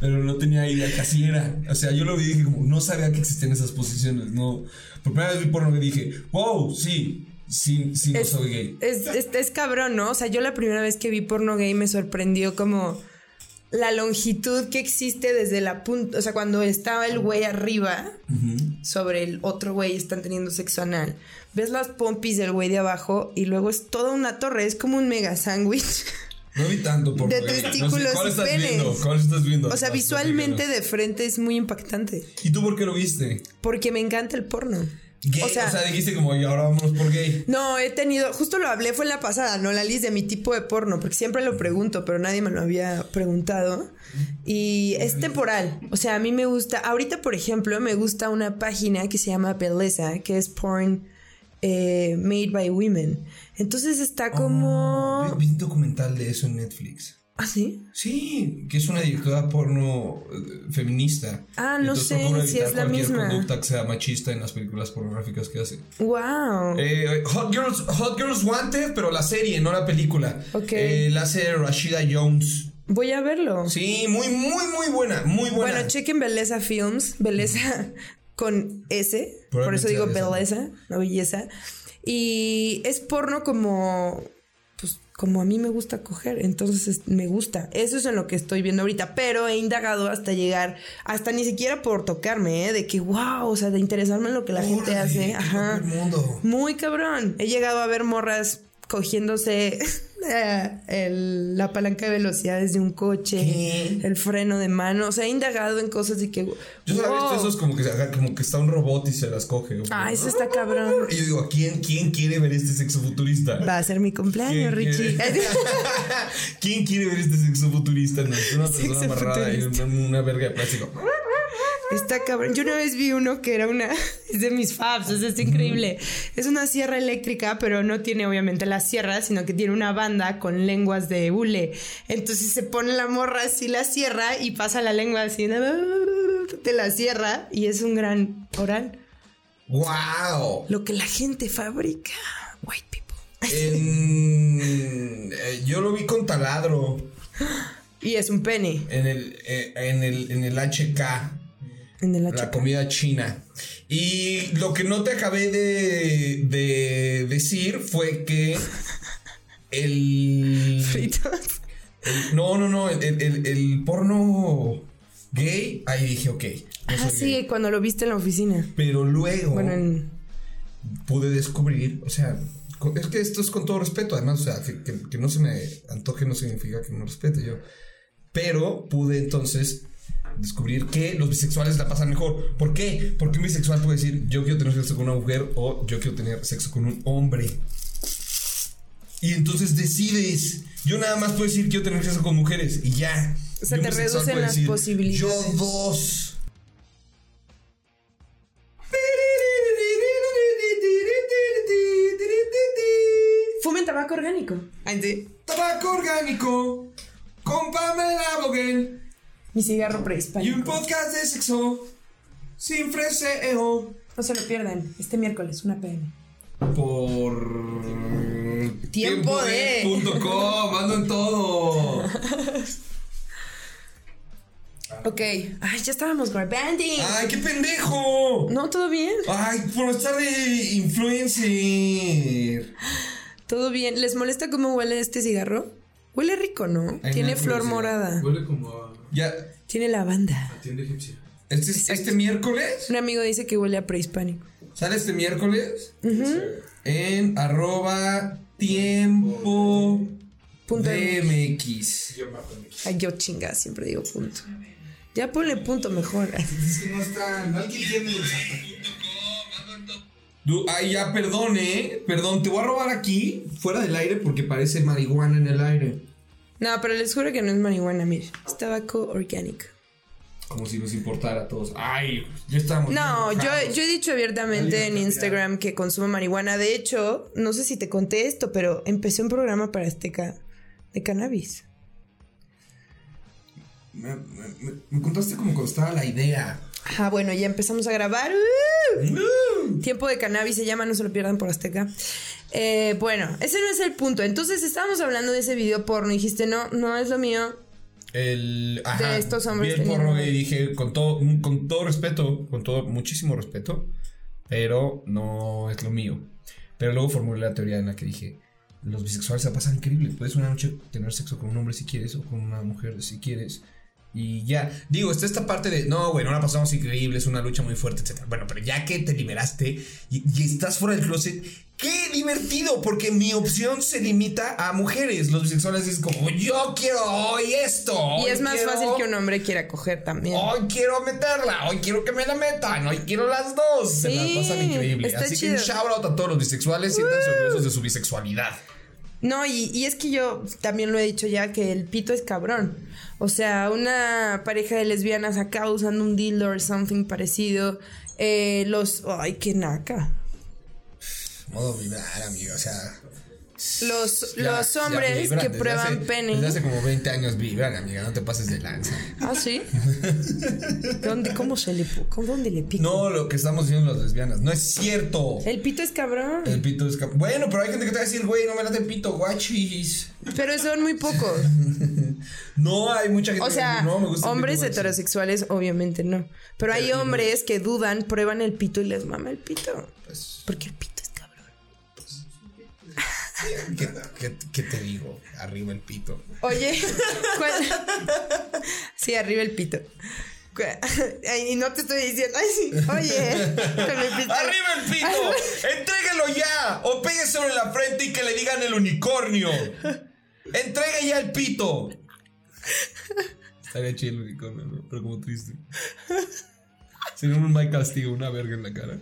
S2: Pero no tenía idea que así era. O sea, yo lo vi y dije como, no sabía que existían esas posiciones, no. Por primera vez vi porno gay y dije, wow, sí, sí, sí, no
S1: Es-
S2: soy gay.
S1: Es, es, es cabrón, ¿no? O sea, yo la primera vez que vi porno gay me sorprendió como la longitud que existe desde la punta. O sea, cuando estaba el güey arriba sobre el otro güey, están teniendo sexo anal. Ves las pompis del güey de abajo y luego es toda una torre, es como un mega sándwich.
S2: No vi tanto porno
S1: De
S2: gay. No sé,
S1: testículos
S2: ¿Cuál
S1: y
S2: estás
S1: penes.
S2: viendo? ¿Cuál estás viendo?
S1: O sea,
S2: Vas,
S1: visualmente
S2: platícanos.
S1: de frente es muy impactante.
S2: ¿Y tú por qué lo viste?
S1: Porque me encanta el porno.
S2: Gay,
S1: O sea,
S2: dijiste como, y ahora vámonos por gay.
S1: no, he tenido, justo lo hablé, fue en la pasada, ¿no? La lista de mi tipo de porno, porque siempre lo pregunto, pero nadie me lo había preguntado. Y es temporal. O sea, a mí me gusta, ahorita por ejemplo, me gusta una página que se llama Belleza, que es porn eh, made by women. Entonces está
S2: Oh,
S1: como...
S2: Vi, vi un documental de eso en Netflix.
S1: ¿Ah, sí?
S2: Sí, que es una directora porno eh, feminista.
S1: Ah, no
S2: Entonces,
S1: sé
S2: procura
S1: si
S2: evitar
S1: es la
S2: cualquier
S1: misma.
S2: conducta que sea machista en las películas pornográficas que hace.
S1: ¡Wow!
S2: Eh, Hot, Girls, Hot Girls Wanted, pero la serie, no la película.
S1: Ok.
S2: Eh, la hace Rashida Jones.
S1: Voy a verlo.
S2: Sí, muy, muy, muy buena. Muy buena.
S1: Bueno, chequen Belleza Films, Belleza con S, por
S2: Probablemente
S1: eso digo
S2: sea belleza,
S1: Belleza, no belleza. Y es porno como, pues, como a mí me gusta coger, entonces es- me gusta. Eso es en lo que estoy viendo ahorita, pero he indagado hasta llegar, hasta ni siquiera por tocarme, ¿eh? de que, wow, o sea, de interesarme en lo que la gente
S2: Órale, qué
S1: hace. Ajá.
S2: loco el mundo.
S1: Muy cabrón. He llegado a ver morras cogiéndose eh, el- la palanca de velocidades de un coche,
S2: ¿Qué?
S1: el freno de mano. O sea, he indagado en cosas de que.
S2: Yo solo he visto
S1: wow.
S2: esos como que, se agarra- como que está un robot y se las coge.
S1: Ah, eso está cabrón.
S2: Y yo digo, ¿a quién, quién quiere ver este sexo futurista?
S1: Va a ser mi cumpleaños,
S2: ¿Quién
S1: Richie.
S2: quiere? ¿Quién quiere ver este sexo futurista? No, es una persona
S1: Sexo
S2: amarrada en una,
S1: futurista.
S2: una verga de plástico.
S1: Está cabrón. Yo una vez vi uno que era una. Es de mis faps, o sea, está increíble. Es una sierra eléctrica, pero no tiene obviamente la sierra, sino que tiene una banda con lenguas de hule. Entonces se pone la morra así la sierra y pasa la lengua así de la sierra y es un gran oral.
S2: ¡Wow!
S1: Lo que la gente fabrica. White people.
S2: En- eh, yo lo vi con taladro
S1: Y es un pene
S2: en el, eh, en el, en el HK.
S1: en el
S2: La
S1: hacha.
S2: comida china. Y lo que no te acabé de, de decir fue que el...
S1: Fritos.
S2: el- no, no, no, el, el- el porno gay, ahí dije, ok. no soy
S1: Ah,
S2: gay.
S1: sí, cuando lo viste en la oficina.
S2: Pero luego
S1: Bueno, en.
S2: pude descubrir, o sea, co- es que esto es con todo respeto, además, o sea, que, que- que no se me antoje no significa que no respete yo. Pero pude entonces descubrir que los bisexuales la pasan mejor. ¿Por qué? Porque un bisexual puede decir, yo quiero tener sexo con una mujer o yo quiero tener sexo con un hombre. Y entonces decides. Yo nada más puedo decir, quiero tener sexo con mujeres y ya.
S1: Se
S2: Y un
S1: te
S2: bisexual
S1: reducen
S2: puede
S1: las posibilidades.
S2: Yo dos.
S1: Fumen tabaco orgánico.
S2: Ah,
S1: Ay, sí.
S2: Tabaco orgánico con Pamela Vogel
S1: Mi cigarro
S2: y un
S1: prehispánico.
S2: podcast de sexo sin freseo
S1: No se lo pierdan. Este miércoles, una PM.
S2: por
S1: Tiempo de.
S2: tiempo de punto com, ando en todo.
S1: Ok. Ay, ya estábamos grabanding.
S2: ¡Ay, qué pendejo!
S1: No, todo bien.
S2: ¡Ay, por estar de influencer!
S1: Todo bien. ¿Les molesta cómo huele este cigarro? Huele rico, ¿no?
S2: Ay,
S1: Tiene
S2: no,
S1: flor
S2: sí.
S1: morada.
S5: Huele como a,
S2: Ya,
S1: Tiene lavanda.
S5: a tienda egipcia.
S2: este, este miércoles,
S1: Un amigo dice que huele a prehispánico.
S2: sale este miércoles en arroba tiempo
S1: Punto
S2: DMX.
S5: Guión bajo México.
S1: Ay, yo chinga, siempre digo punto. Ya ponle punto mejor.
S5: Pues Es que no está. No alguien tiene los zapatos.
S2: Du- Ay, ya, perdón, eh. Perdón, te voy a robar aquí, fuera del aire, porque parece marihuana en el aire.
S1: No, pero les juro que no es marihuana, mire. Es tabaco orgánico.
S2: Como si nos importara a todos. Ay, ya estamos.
S1: No,
S2: bien
S1: yo,
S2: enojados.
S1: yo he dicho abiertamente en Instagram que consumo marihuana. De hecho, no sé si te conté esto, pero empecé un programa para Azteca de cannabis.
S2: Me, me- me- me contaste como cuando estaba la idea.
S1: Ah, bueno, ya empezamos a grabar. ¡Uh!
S2: Mm.
S1: Tiempo de cannabis se llama, no se lo pierdan por Azteca. Eh, bueno, ese no es el punto. Entonces estábamos hablando de ese video porno y dijiste, no, no es lo mío.
S2: El, ajá,
S1: De estos hombres
S2: vi el porno
S1: teniendo-
S2: y dije, con todo, con todo respeto, con todo, muchísimo respeto, pero no es lo mío. Pero luego formulé la teoría en la que dije, los bisexuales se la pasan increíble. Puedes una noche tener sexo con un hombre si quieres o con una mujer si quieres. Y ya, digo, está esta parte de, no, bueno, la pasamos increíble, es una lucha muy fuerte, etc. Bueno, pero ya que te liberaste y, y estás fuera del closet, qué divertido, porque mi opción se limita a mujeres. Los bisexuales es como, yo quiero hoy esto.
S1: y
S2: hoy
S1: es más
S2: quiero-
S1: fácil que un hombre quiera coger también.
S2: Hoy quiero meterla, hoy quiero que me la metan, hoy quiero las dos. se
S1: Sí,
S2: la pasan increíble.
S1: está
S2: Así
S1: chido.
S2: que un shout out a todos los bisexuales, siéntanse orgullosos de su bisexualidad.
S1: No, y, y es que yo también lo he dicho ya que el pito es cabrón. O sea, una pareja de lesbianas acá usando un dildo o something parecido. eh, los. Ay, qué naca.
S2: Modo vibrar, amigo, o sea.
S1: Los,
S2: ya-
S1: los
S2: ya
S1: hombres
S2: vibran
S1: que
S2: desde
S1: prueban
S2: hace-
S1: pene.
S2: Desde hace como 20 años vibran, amiga, no te pases de lanza.
S1: Ah, sí. ¿Dónde, ¿Cómo se le pu- cómo- dónde le pica?
S2: No, lo que estamos diciendo las lesbianas, no es cierto.
S1: El pito es cabrón.
S2: El pito es. ca- Bueno, pero hay gente que te va a decir, güey, no me late el pito, guachis.
S1: Pero son muy pocos.
S2: No, hay mucha gente
S1: O
S2: que
S1: sea,
S2: no, me gusta el
S1: hombres
S2: pito, guachis.
S1: heterosexuales, obviamente no. Pero hay hombres que dudan, prueban el pito y les mama el pito.
S2: Pues,
S1: Porque el pito es cabrón.
S2: ¿Qué, qué, qué te digo? Arriba el pito.
S1: Oye, ¿cuál- sí, arriba el pito. Cua- Ay, y no te estoy diciendo, ay, sí, oye, con el pito.
S2: ¡Arriba el pito! ¡Entréguelo ya! O pegue sobre la frente y que le digan el unicornio. ¡Entrega ya el pito! Estaría chido el unicornio, ¿no? pero como triste. Sería un Mike Castillo, una verga en la cara.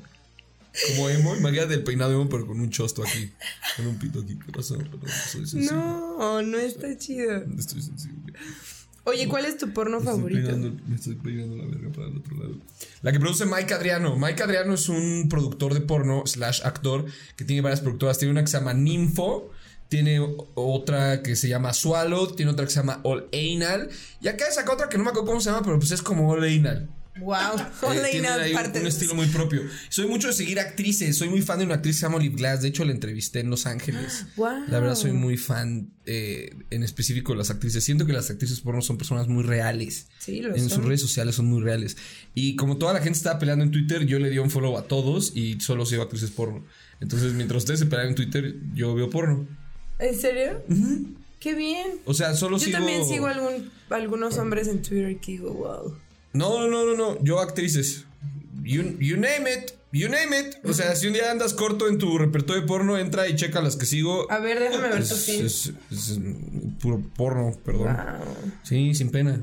S2: Como emo, imagínate el peinado emo, pero con un chosto aquí. Con un pito aquí. ¿Qué pasó? Perdón, soy sensible.
S1: No, no está chido.
S2: Estoy sensible.
S1: Oye, ¿cuál es tu porno
S2: Me estoy
S1: favorito?
S2: peinando- me estoy peinando la verga para el otro lado. La que produce Mike Adriano. Mike Adriano es un productor de porno slash actor que tiene varias productoras. Tiene una que se llama Ninfo. Tiene o- otra que se llama Swallow. Tiene otra que se llama All Anal. Y acá saca otra que no me acuerdo cómo se llama, pero pues es como All Anal.
S1: Wow,
S2: Eh,
S1: Hola,
S2: tienen
S1: Ina,
S2: ahí un-
S1: parte-
S2: un estilo muy propio. Soy mucho de seguir actrices. Soy muy fan de una actriz que se llama Olive Glass. De hecho, la entrevisté en Los Ángeles.
S1: Wow.
S2: La verdad, soy muy fan eh, en específico de las actrices. Siento que las actrices porno son personas muy reales.
S1: Sí, lo
S2: en
S1: son.
S2: sus redes sociales son muy reales. Y como toda la gente estaba peleando en Twitter, yo le di un follow a todos y solo sigo actrices porno. Entonces, mientras ustedes se pelean en Twitter, yo veo porno.
S1: ¿En serio? Qué bien.
S2: O sea, solo
S1: Yo
S2: sigo.
S1: también sigo algún- algunos hombres en Twitter que digo, wow.
S2: No, no, no, no, no. Yo actrices. You, you name it. You name it. O sea, si un día andas corto en tu repertorio de porno, entra y checa las que sigo.
S1: A ver, déjame ver tu
S2: Es,
S1: feed.
S2: es- es puro porno, perdón.
S1: Ah. Wow.
S2: Sí, sin pena.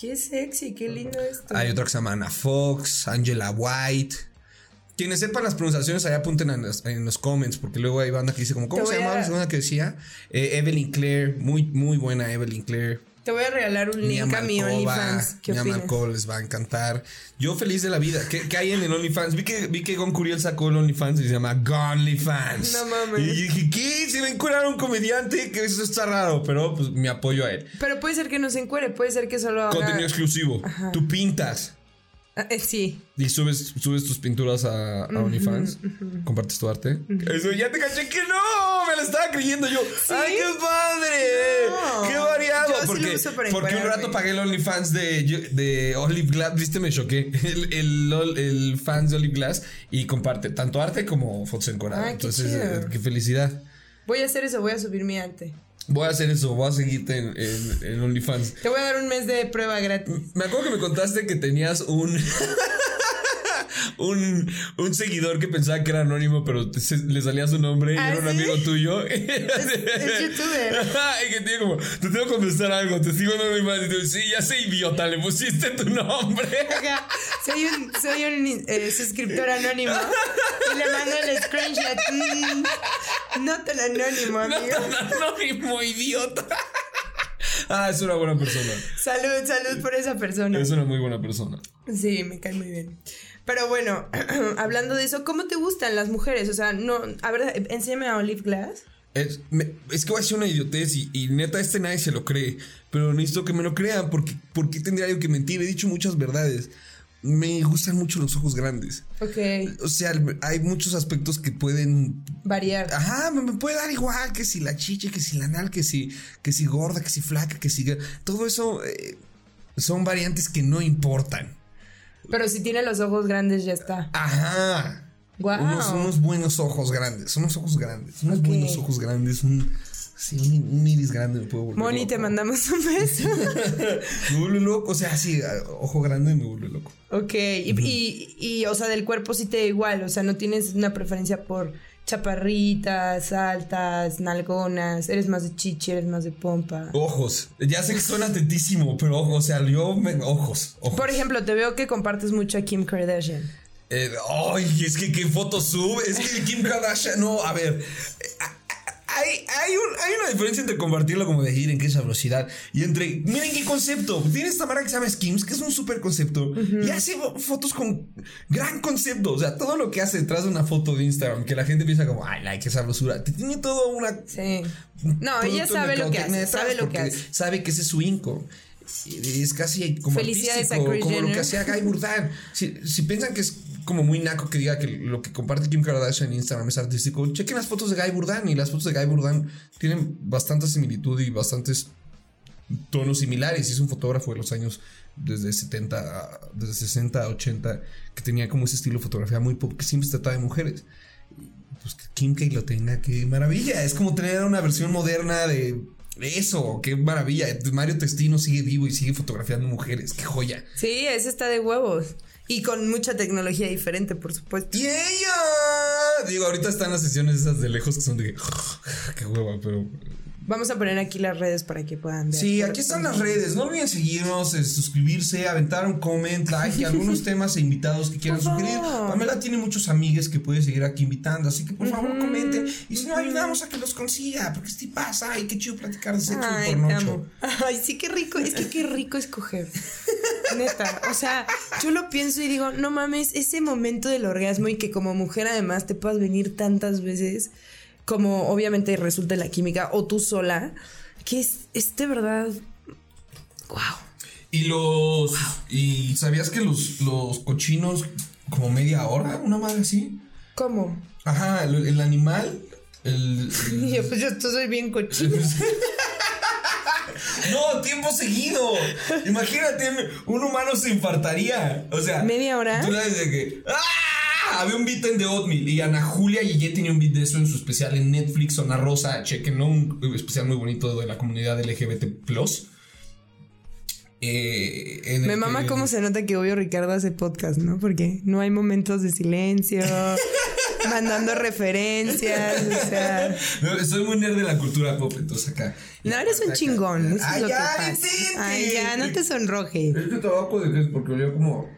S1: Qué sexy, qué lindo esto.
S2: Hay otra que se llama Ana Fox, Angela White. Quienes sepan las pronunciaciones, ahí apunten en los, en los comments, porque luego hay banda que dice como, ¿cómo
S1: Te
S2: se
S1: voy
S2: llamaba
S1: a-
S2: la segunda que decía? Eh, Evelyn Claire, muy, muy buena Evelyn Claire.
S1: Te voy a regalar un
S2: Mia
S1: link a mi
S2: Markova,
S1: OnlyFans. ¿Qué
S2: Mia
S1: opinas?
S2: Markova les va a encantar. Yo feliz de la vida. ¿Qué, qué hay en el OnlyFans? Vi que, vi que Gon Curiel sacó el OnlyFans y se llama GonlyFans.
S1: No mames.
S2: Y dije, ¿qué? Se va a encurar un comediante, que eso está raro, pero pues me apoyo a él.
S1: Pero puede ser que no se encuere, puede ser que solo haga...
S2: Contenido exclusivo. Tú pintas.
S1: Ah, eh, Sí.
S2: Y subes, subes tus pinturas a, a OnlyFans. Compartes tu arte. Eso ya te caché que no. Me lo estaba creyendo yo. ¡Ay, qué padre!
S1: No.
S2: ¡Qué variado!
S1: Yo sí lo
S2: porque
S1: uso para
S2: porque un
S1: encuadrarme.
S2: rato pagué el OnlyFans de, yo- de Olive Glass. Viste, me choqué. El, el, ol- el fans de Olive Glass. Y comparte tanto arte como fotos en
S1: Ay, qué
S2: Entonces, eh,
S1: chido.
S2: qué felicidad.
S1: Voy a hacer eso, voy a subir mi arte.
S2: Voy a hacer eso. Voy a seguirte en, en- en OnlyFans.
S1: Te voy a dar un mes de prueba gratis.
S2: Me acuerdo que me contaste que tenías un. Un, un seguidor que pensaba que era anónimo, pero te- se- le salía su nombre y
S1: ¿Ah,
S2: era un
S1: sí?
S2: amigo tuyo.
S1: es youtuber.
S2: Ajá, y que tiene como, te tengo que contestar algo, te sigo en anonimato. Y tú, sí, ya sé, idiota, le pusiste tu nombre.
S1: Ajá. Soy un, soy un eh, suscriptor anónimo. Y le mando el screenshot. Mm, no tan anónimo,
S2: No
S1: amigo.
S2: tan anónimo, idiota. Ah, es una buena persona.
S1: Salud, salud por esa persona.
S2: Es una muy buena persona.
S1: Sí, me cae muy bien. Pero bueno, hablando de eso, ¿cómo te gustan las mujeres? O sea, no, a ver, enséñame a Olive Glass.
S2: Es, me- es que va a ser una idiotez y, y neta, este nadie se lo cree. Pero necesito que me lo crean porque, porque tendría yo que mentir. He dicho muchas verdades. Me gustan mucho los ojos grandes.
S1: Ok,
S2: O sea, hay muchos aspectos que pueden...
S1: variar.
S2: Ajá, me, me puede dar igual que si la chicha, que si la anal, que si, que si gorda, que si flaca, que si... Todo eso eh, son variantes que no importan.
S1: Pero si tiene los ojos grandes, ya está.
S2: Ajá.
S1: Guau.
S2: Unos, unos buenos ojos grandes, unos ojos grandes, unos
S1: Ok.
S2: buenos ojos grandes, un, sí, un, un iris grande me puedo volver.
S1: Moni,
S2: loco.
S1: te mandamos un beso.
S2: Me vuelve loco, o sea, sí, a- ojo grande me vuelve loco.
S1: Ok, y, y, y, o sea, del cuerpo sí te da igual, o sea, no tienes una preferencia por chaparritas, altas, nalgonas, eres más de chichi, eres más de pompa.
S2: Ojos, ya sé que suena tetísimo, pero ojo, o sea, yo me, ojos, ojos.
S1: Por ejemplo, te veo que compartes mucho a Kim Kardashian.
S2: Eh, ay, es que qué foto sube, es que Kim Kardashian, no, a ver. eh, Hay, hay, un- hay una diferencia entre compartirlo como de ir en qué sabrosidad y entre, miren qué concepto. Tiene esta marca que se llama Skims, que es un súper concepto y hace fo- fotos con gran concepto. O sea, todo lo que hace detrás de una foto de Instagram que la gente piensa como, ay, like, qué sabrosura. Te tiene todo una.
S1: Sí. No, ella
S2: producto
S1: sabe lo que
S2: mercadotecnia
S1: hace,
S2: detrás
S1: sabe lo que
S2: porque
S1: hace.
S2: Sabe que ese es su inco. Y es casi como
S1: Felicidades
S2: artístico,
S1: a Kris
S2: como lo que
S1: Jenner.
S2: hacía Guy Burdan. Si, si piensan que es como muy naco que diga que lo que comparte Kim Kardashian en Instagram es artístico, chequen las fotos de Guy Burdan y las fotos de Guy Burdan tienen bastante similitud y bastantes tonos similares. Es un fotógrafo de los años desde 70, a- desde 60 a 80 que tenía como ese estilo de fotografía muy pop que siempre se trataba de mujeres. Pues que Kim K lo tenga, qué maravilla. Es como tener una versión moderna de eso, qué maravilla. Mario Testino sigue vivo y sigue fotografiando mujeres, qué joya.
S1: Sí, ese está de huevos. Y con mucha tecnología diferente, por supuesto.
S2: Y ella, digo, ahorita están las sesiones esas de lejos que son de qué hueva, pero
S1: Vamos a poner aquí las redes para que puedan ver.
S2: Sí, aquí están las redes. No olviden seguirnos, eh, suscribirse, aventar un comment, like y algunos temas e invitados que quieran
S1: Por favor.
S2: sugerir. Pamela tiene muchos amigues que puede seguir aquí invitando, así que por favor comenten. Y si no, ayudamos a que los consiga, porque este pasa. Ay, qué chido platicar de sexo
S1: Ay,
S2: y
S1: te
S2: pornocho.
S1: amo. Ay, sí, qué rico. Es que qué rico escoger. Neta. O sea, yo lo pienso y digo, no mames, ese momento del orgasmo y que como mujer además te puedas venir tantas veces, como obviamente resulta la química o tú sola, que es, es de verdad. ¡Wow!
S2: Y los. ¿Y sabías que los, los cochinos, como media hora, una madre así?
S1: ¿Cómo?
S2: Ajá, el, el animal. El,
S1: Y yo, pues yo tú soy bien cochino.
S2: No, tiempo seguido. Imagínate, un humano se infartaría. O sea,
S1: ¿Media hora?
S2: Tú sabes de que. ¡Ah! Había un beat en The Oatmeal y Ana Julia Yeye tenía un beat de eso en su especial en Netflix, Zona Rosa. Chequen, ¿no? Un especial muy bonito de la comunidad LGBT. Eh, en el
S1: Me
S2: que-
S1: mama cómo se nota que obvio Ricardo hace podcast, ¿no? Porque no hay momentos de silencio, mandando referencias, o sea.
S2: No, Soy muy nerd de la cultura pop, entonces acá.
S1: No, eres un
S2: Acá.
S1: chingón. Eso
S2: Ay,
S1: es lo
S2: ya,
S1: que pasa.
S2: detente.
S1: Ay, ya, no te sonrojes.
S2: Es que tabaco de qué es porque olía como.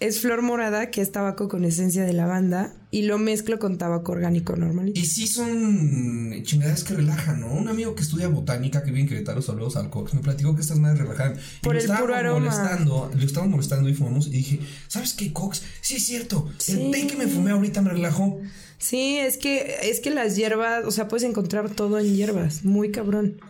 S1: Es flor morada, que es tabaco con esencia de lavanda, y lo mezclo con tabaco orgánico normalito.
S2: Y sí son chingadas que relajan, ¿no? Un amigo que estudia botánica que vive en Querétaro, saludos al Cox, me platicó que estas madres relajan. Y
S1: Por
S2: lo
S1: el
S2: estábamos
S1: puro aroma.
S2: molestando, lo estábamos molestando y fumamos y dije, ¿sabes qué, Cox? Sí es cierto,
S1: Sí.
S2: el té que me fumé ahorita me relajó.
S1: Sí, es que, es que las hierbas, o sea, puedes encontrar todo en hierbas, muy cabrón.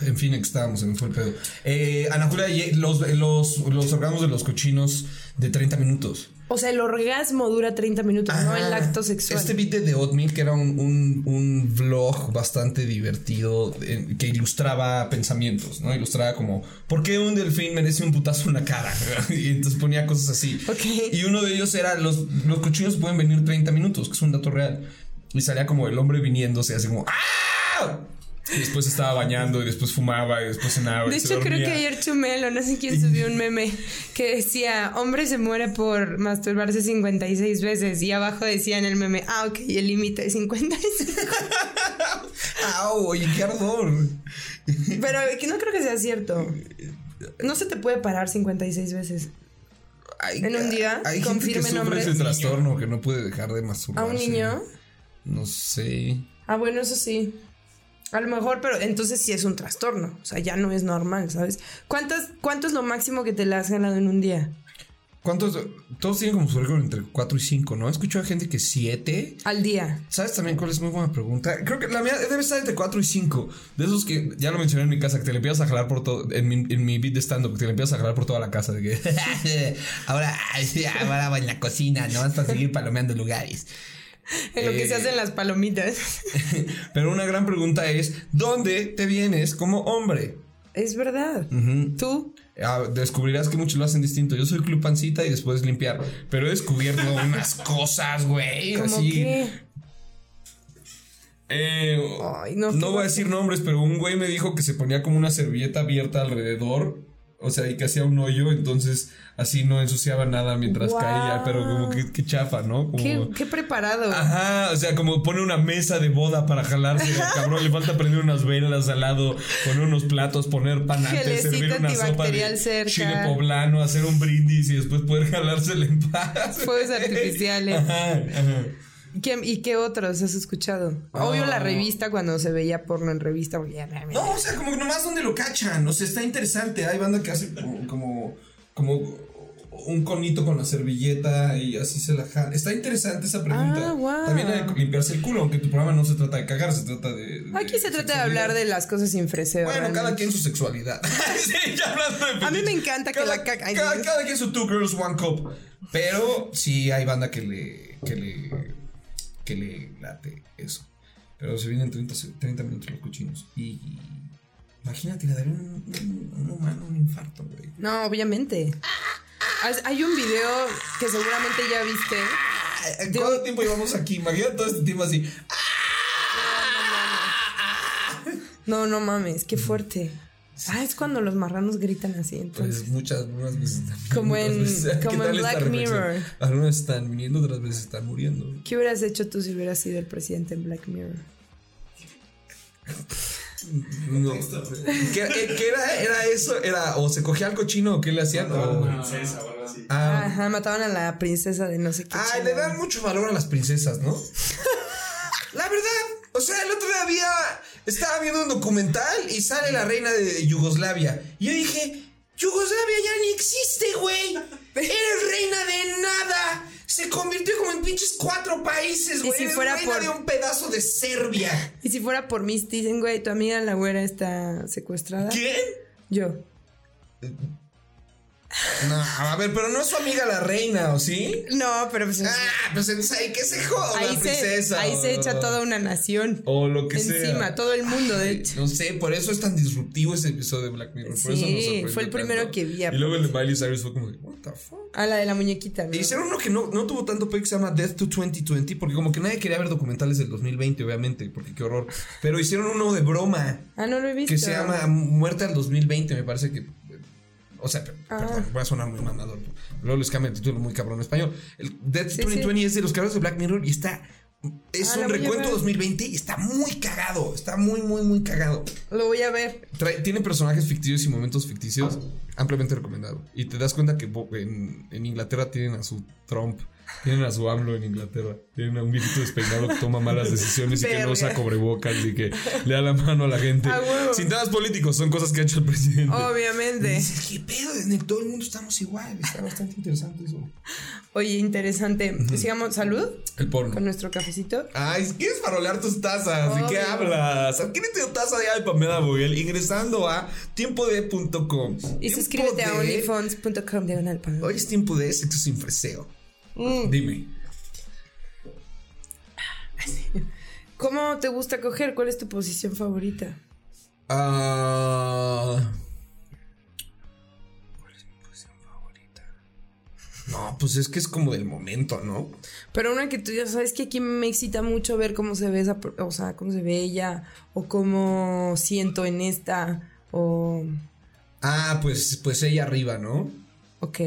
S2: En fin, aquí estábamos, se me fue el pedo. Eh, Ana Julia, ye- los, los, los orgasmos de los cochinos de 30 minutos.
S1: O sea, el orgasmo dura 30 minutos, no el
S2: Ajá.
S1: acto sexual.
S2: Este beat de The Oatmeal, que era un, un- un vlog bastante divertido eh, que ilustraba pensamientos, ¿no? Ilustraba como, ¿por qué un delfín merece un putazo en la cara? y entonces ponía cosas así.
S1: Ok.
S2: Y uno de ellos era, los, los cochinos pueden venir 30 minutos, que es un dato real. Y salía como el hombre viniéndose, así como, ¡ah! Y después se estaba bañando, y después fumaba, y después cenaba. y
S1: De
S2: se
S1: hecho, creo
S2: dormía.
S1: que ayer Chumelo, no sé quién subió un meme que decía, hombre se muere por masturbarse 56 veces y abajo decía en el meme, ah, ok, el límite es 56.
S2: ¡Au! Oye, qué ardor.
S1: Pero que no creo que sea cierto. No se te puede parar 56 veces.
S2: Hay- ah,
S1: En un día,
S2: hay
S1: confirmen
S2: gente que sufre
S1: hombres.
S2: ese trastorno que no puede dejar de
S1: ¿A
S2: masturbarse.
S1: un niño?
S2: No sé.
S1: Ah, bueno, eso sí. A lo mejor, pero entonces sí es un trastorno. O sea, ya no es normal, ¿sabes? ¿Cuántas, ¿Cuánto es lo máximo que te la has ganado en un día?
S2: ¿Cuántos? Todos tienen como su récord entre 4 y 5, ¿no? He escuchado a gente que 7.
S1: Al día.
S2: ¿Sabes también cuál es muy buena pregunta? Creo que la mía debe estar entre 4 y 5. De esos que ya lo mencioné en mi casa, que te le empiezas a jalar por todo. En mi, en mi beat de stand-up, que te le empiezas a jalar por toda la casa. De que
S4: ahora, ahora va en la cocina, ¿no? Hasta seguir palomeando lugares.
S1: En lo que se
S2: Eh.
S1: hacen las palomitas.
S2: Pero una gran pregunta es: ¿dónde te vienes como hombre?
S1: Es verdad. Tú
S2: Ah, descubrirás que muchos lo hacen distinto. Yo soy club pancita y después limpiar. Pero he descubierto unas cosas, güey.
S1: ¿Cómo
S2: así.
S1: qué?
S2: Eh,
S1: Ay, no,
S2: no
S1: qué
S2: voy a decir nombres, pero un güey me dijo que se ponía como una servilleta abierta alrededor. O sea, y que hacía un hoyo, entonces así no ensuciaba nada mientras
S1: Guau.
S2: caía, pero como que, que chafa, ¿no? Como- Ah.
S1: ¿Qué, qué preparado.
S2: Ajá, o sea, como pone una mesa de boda para jalarse, el cabrón, le falta prender unas velas al lado, poner unos platos, poner pan antes,
S1: Gelecito
S2: servir una sopa de
S1: antibacterial cerca.
S2: chile poblano, hacer un brindis y después poder jalársela en paz.
S1: Fuegos artificiales.
S2: Ajá, ajá.
S1: ¿Qué- ¿Y qué otros has escuchado? Obvio la revista cuando se veía porno en revista. porque ya-
S2: Ah. No, o sea, como que nomás donde lo cachan. O sea, está interesante. Hay banda que hace como, como, como un conito con la servilleta y así se la jala. Está interesante esa pregunta.
S1: Ah, guau.
S2: También hay que limpiarse el culo, aunque tu programa no se trata de cagar, se trata de. de
S1: Aquí se trata de
S2: sexualidad.
S1: hablar de las cosas sin freseo.
S2: Bueno,
S1: realmente.
S2: cada quien su sexualidad. sí, ya hablando
S1: A
S2: de
S1: mí me
S2: fetiches.
S1: encanta que
S2: cada,
S1: la caca- ay,
S2: Cada,
S1: Dios.
S2: cada quien su two girls, one cup. Pero sí hay banda que le. que le. que le late eso. Pero se vienen 30, se- 30 minutos los cochinos. Y. Imagínate, le daría un, un- un humano un infarto, güey.
S1: No, obviamente. Has- Hay un video que seguramente ya viste.
S2: ¿En cuánto tiempo llevamos aquí? Imagínate todo este tiempo así.
S1: No, no mames, qué fuerte. Ah, es cuando los marranos gritan así, entonces.
S2: Pues muchas, algunas veces están
S1: Como
S2: viniendo, otras
S1: en-
S2: veces- ¿Qué
S1: como en
S2: tal esta
S1: Black
S2: reflexión?
S1: Mirror.
S2: Algunas están viniendo, otras veces están muriendo. güey.
S1: ¿Qué hubieras hecho tú si hubieras sido el presidente en Black Mirror?
S2: No. ¿Qué, eh, qué era, era eso? Era o se cogía al cochino o qué le hacían. o-
S5: Princesa o algo así.
S2: Ah,
S1: Ajá, mataban a la princesa de no sé qué.
S2: Ay, le
S1: chingada.
S2: dan mucho valor a las princesas, ¿no? La verdad, o sea, el otro día había, estaba viendo un documental y sale la reina de Yugoslavia. Y yo dije, Yugoslavia ya ni existe, güey. Eres reina de nada. Se convirtió como en pinches cuatro países, güey.
S1: si
S2: Eres
S1: fuera
S2: reina
S1: por-
S2: de un pedazo de Serbia.
S1: Y si fuera por mí, te dicen, güey, tu amiga la güera está secuestrada.
S2: ¿Quién?
S1: Yo.
S2: No, a ver, pero no es su amiga la reina, ¿o sí?
S1: No, pero pues.
S2: Ah, pues entonces ahí que se joda
S1: ahí
S2: la
S1: se,
S2: princesa.
S1: ahí
S2: o-
S1: se echa toda una nación.
S2: O lo que sea.
S1: Encima, todo el mundo, de hecho.
S2: No sé, por eso es tan disruptivo ese episodio de Black Mirror. por eso
S1: Sí,
S2: nos sorprendió
S1: fue el
S2: tanto.
S1: primero que vi,
S2: Y luego el de Miley Cyrus fue como de, ¿What the fuck?
S1: A la de la muñequita. ¿no?
S2: E hicieron uno que no, no tuvo tanto pegue que se llama Death to 2020, porque como que nadie quería ver documentales del 2020, obviamente, porque qué horror. Pero hicieron uno de broma
S1: Ah, no lo he visto.
S2: que se llama Muerte al 2020, me parece que. O sea, per-
S1: Ah.
S2: perdón, voy a sonar muy mamador. Luego les cambia el título muy cabrón en español. El Death
S1: Sí,
S2: 2020 es de los creadores de Black Mirror y está. Es
S1: Ah, la
S2: un
S1: voy a
S2: recuento
S1: ver.
S2: 2020 y está muy cagado. Está muy, muy, muy cagado.
S1: Lo voy a ver.
S2: Trae- tiene personajes ficticios y momentos ficticios ampliamente recomendado. Y te das cuenta que bo- en, en Inglaterra tienen a su Trump Tienen a su AMLO en Inglaterra. Tienen a un viejito despeinado que toma malas decisiones y que no usa
S1: Verga.
S2: cobrebocas y que le da la mano a la gente.
S1: A huevo.
S2: Sin temas políticos, son cosas que ha hecho el presidente.
S1: Obviamente.
S2: Dices, ¿Qué pedo? En el- todo el mundo estamos igual. Está bastante interesante eso.
S1: Oye, interesante. Sigamos, salud
S2: El
S1: con
S2: porno.
S1: nuestro cafecito.
S2: Ay, ¿quieres farolear tus tazas? ¿De qué
S1: Obvio.
S2: hablas? Adquiérete tu taza de de Pamela Boguel ingresando a tiempode.com.
S1: Y suscríbete a onlyfans.com diagonal Mm, pan.
S2: Hoy es tiempo de sexo sin freseo. Dime.
S1: ¿Cómo te gusta coger? ¿Cuál es tu posición favorita?
S2: Ah. ¿Cuál es mi posición favorita? No, pues es que es como del momento, ¿no?
S1: Pero una que tú ya sabes que aquí me excita mucho ver cómo se ve esa, per- o sea, cómo se ve ella o cómo siento en esta o
S2: Ah, pues, pues ella arriba, ¿no?
S1: ok.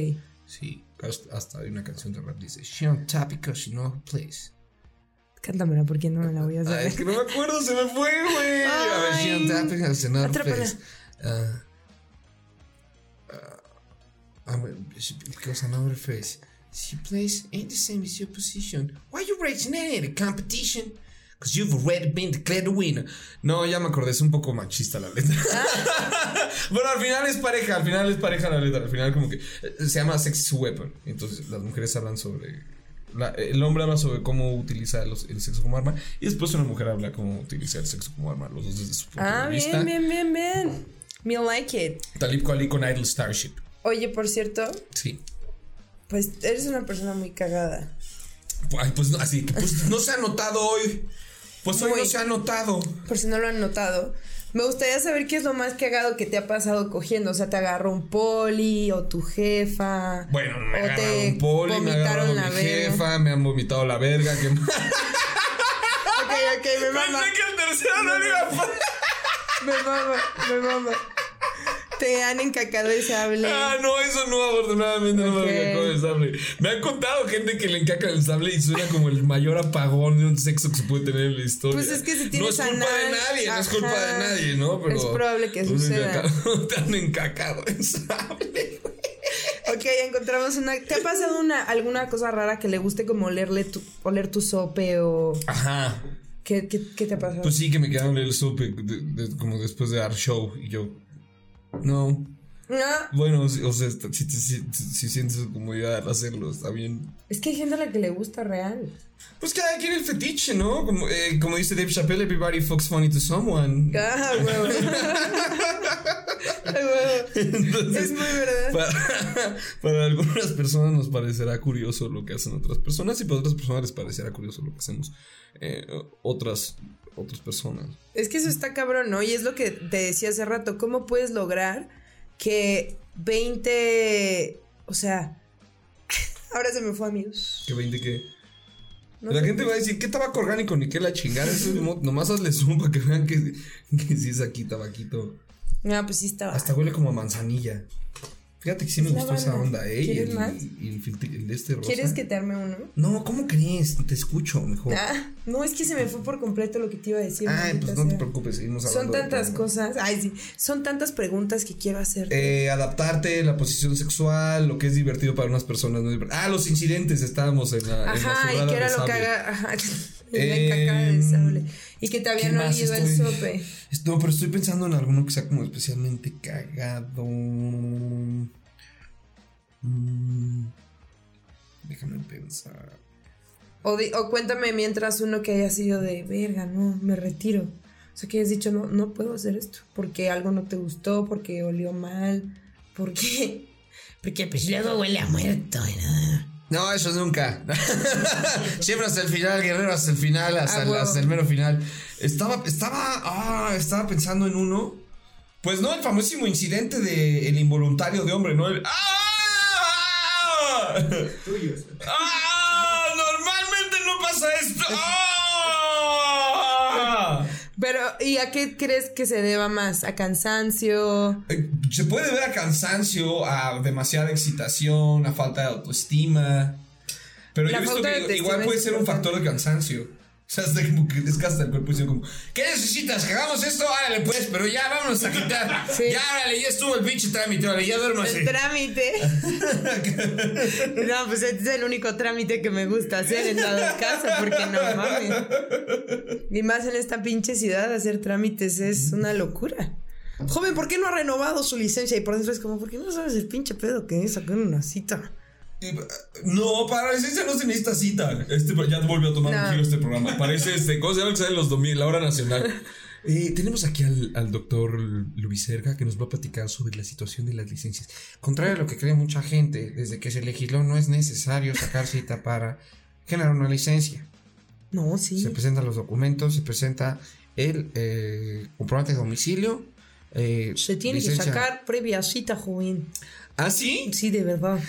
S2: Sí, hasta, hasta hay una canción de rap dice She on top because she no plays.
S1: Cántamela porque no me la voy a
S2: Ay,
S1: saber.
S2: es que no me acuerdo, se me fue, güey. A ver, she on
S1: Ay.
S2: top because she no
S1: Atrápala.
S2: plays. Ah. Ah, I'm- she- because another face. She plays in the same as your position. Why you raging in the competition? Because you've already been declared the winner. No, ya me acordé, es un poco machista la letra. bueno, al final es pareja, al final es pareja la letra. Al final como que eh, se llama Sex is a Weapon. Entonces las mujeres hablan sobre... la- el hombre habla sobre cómo utiliza los- el sexo como arma y después una mujer habla cómo utiliza el sexo como arma, los dos desde su punto
S1: Ah,
S2: de vista.
S1: bien, bien, bien, bien. Me like it.
S2: Talib Kweli con Idol Starship.
S1: Oye, por cierto,
S2: Sí.
S1: pues eres una persona muy cagada.
S2: Ay, pues no, así, que, pues no se ha notado hoy. Pues hoy
S1: Muy.
S2: no se ha notado.
S1: Por si no lo han notado. Me gustaría saber qué es lo más cagado que te ha pasado cogiendo. O sea, te agarró un poli o tu jefa.
S2: Bueno, me
S1: o
S2: agarraron un poli, me agarraron mi
S1: verga.
S2: jefa, me han vomitado la verga. Que... Pensé
S1: Ok, ok, me mama,
S2: que el tercero no le iba a pasar.
S1: me mama, me mama. Te han encacado y se hable.
S2: Ah, no, eso no, afortunadamente no
S1: Ok.
S2: me encacó el sable. Me han contado gente que le encaca el sable y suena como el mayor apagón de un sexo que se puede tener en la historia.
S1: Pues es que si tienes
S2: No es culpa
S1: anal,
S2: de nadie, no es culpa
S1: ajá,
S2: de nadie, ¿no? Pero
S1: es probable que
S2: te han
S1: suceda.
S2: encacado- Te han encacado el sable.
S1: Ok, encontramos una. ¿Te ha pasado una, alguna cosa rara que le guste como olerle tu, oler tu sope o.
S2: Ajá.
S1: ¿Qué, qué, qué te ha pasado?
S2: Pues sí, que me quedaron el sope de- de- como después de dar show y yo. No.
S1: Ah,
S2: Bueno, sí, o sea, está- si, si- si- si sientes comodidad al hacerlo, está bien.
S1: es que hay gente a la que le gusta real.
S2: Pues cada quien el fetiche, ¿no? Como, eh, como dice Dave Chappelle, everybody fucks funny to someone.
S1: Ah, huevo. Ay, huevo.
S2: Entonces,
S1: Es muy verdad.
S2: para, para algunas personas nos parecerá curioso lo que hacen otras personas y para otras personas les parecerá curioso lo que hacemos eh, otras, otras personas.
S1: Es que eso está cabrón, ¿no? Y es lo que te decía hace rato, ¿cómo puedes lograr que 20, o sea, ahora se me fue amigos.
S2: Que 20 que...
S1: No
S2: la
S1: sé.
S2: gente va a decir, ¿qué tabaco orgánico? Ni qué la chingada. Eso es mo- nomás hazle zoom para que vean que, que sí es aquí tabaquito.
S1: Ah, pues sí estaba.
S2: Hasta huele como a manzanilla. Fíjate que sí me
S1: Es la
S2: gustó esa
S1: banda.
S2: onda, ¿eh? Y
S1: Pues ¿Quieres
S2: el,
S1: más?
S2: y el filtri- el de este rosa.
S1: ¿Quieres que te arme uno?
S2: No, ¿cómo crees? Te escucho mejor.
S1: Ah, no, es que se me fue por completo lo que te iba a decir.
S2: Ay,
S1: maldita
S2: pues no te
S1: sea.
S2: preocupes, seguimos
S1: Son
S2: hablando. de
S1: tantas
S2: todo.
S1: cosas, ay, sí, son tantas preguntas que quiero hacer.
S2: Eh, adaptarte, la posición sexual, lo que es divertido para unas personas. No es divertido. ah, los incidentes, estábamos en la. en la
S1: Ajá,
S2: zurrada
S1: y que era
S2: de
S1: lo que
S2: sable.
S1: haga. Ajá,
S2: Eh,
S1: la cacada de sable. Y que te
S2: ¿Qué
S1: habían
S2: más
S1: olido el
S2: estoy-
S1: sope.
S2: es- No, pero estoy pensando en alguno que sea como especialmente cagado. Mm, déjame pensar.
S1: O, di- o cuéntame mientras uno que haya sido de, verga, no, me retiro. O sea, que hayas dicho, no, no puedo hacer esto. Porque algo no te gustó, porque olió mal, porque... Porque pues luego huele a muerto. ¿no?
S2: No, eso nunca. Siempre hasta el final, guerrero, hasta el final, hasta,
S1: Ah,
S2: el-
S1: huevo.
S2: hasta el mero final. Estaba, estaba, ah, estaba pensando en uno. Pues no, el famosísimo incidente de el involuntario de hombre, ¿no? El- ¡Ah!
S5: Tuyos. pues.
S2: ¡Ah! Normalmente no pasa esto. ¡Ah!
S1: Pero, ¿y a qué crees que se deba más? ¿A cansancio?
S2: Eh, Se puede ver a cansancio, a demasiada excitación, a falta de autoestima. Pero
S1: La
S2: yo he visto
S1: falta de
S2: que
S1: autoestima
S2: igual puede
S1: es
S2: ser un factor de cansancio. sea, hasta como que les casas el cuerpo y son como.
S3: ¿Qué necesitas? ¿Que hagamos esto? Árale, pues, pero ya vámonos a quitar.
S1: Sí.
S3: Ya, árale, ya estuvo el pinche trámite, órale, ya duermo así.
S1: El trámite. no, pues este es el único trámite que me gusta hacer en dado caso, porque no mames. Ni más en esta pinche ciudad hacer trámites es una locura. Joven, ¿por qué no ha renovado su licencia? Y por dentro es como, ¿por qué no sabes el pinche pedo que es sacar una cita?
S2: eh, No, para licencia no se necesita cita. Este, ya volvió a tomar
S1: No.
S2: un giro este programa. Parece este. ¿Cómo se llama el que sale los domingos? La hora nacional. Eh, tenemos aquí al, al doctor Luis Cerca que nos va a platicar sobre la situación de las licencias.
S6: Contrario a lo que cree mucha gente, desde que se legisló no es necesario sacar cita para generar una licencia.
S1: No, sí.
S6: Se pues, presentan los documentos, se presenta el eh, comprobante de domicilio. eh,
S1: Se tiene
S6: licencia-
S1: que sacar previa cita, joven.
S2: ¿Ah, sí?
S1: Sí, de verdad.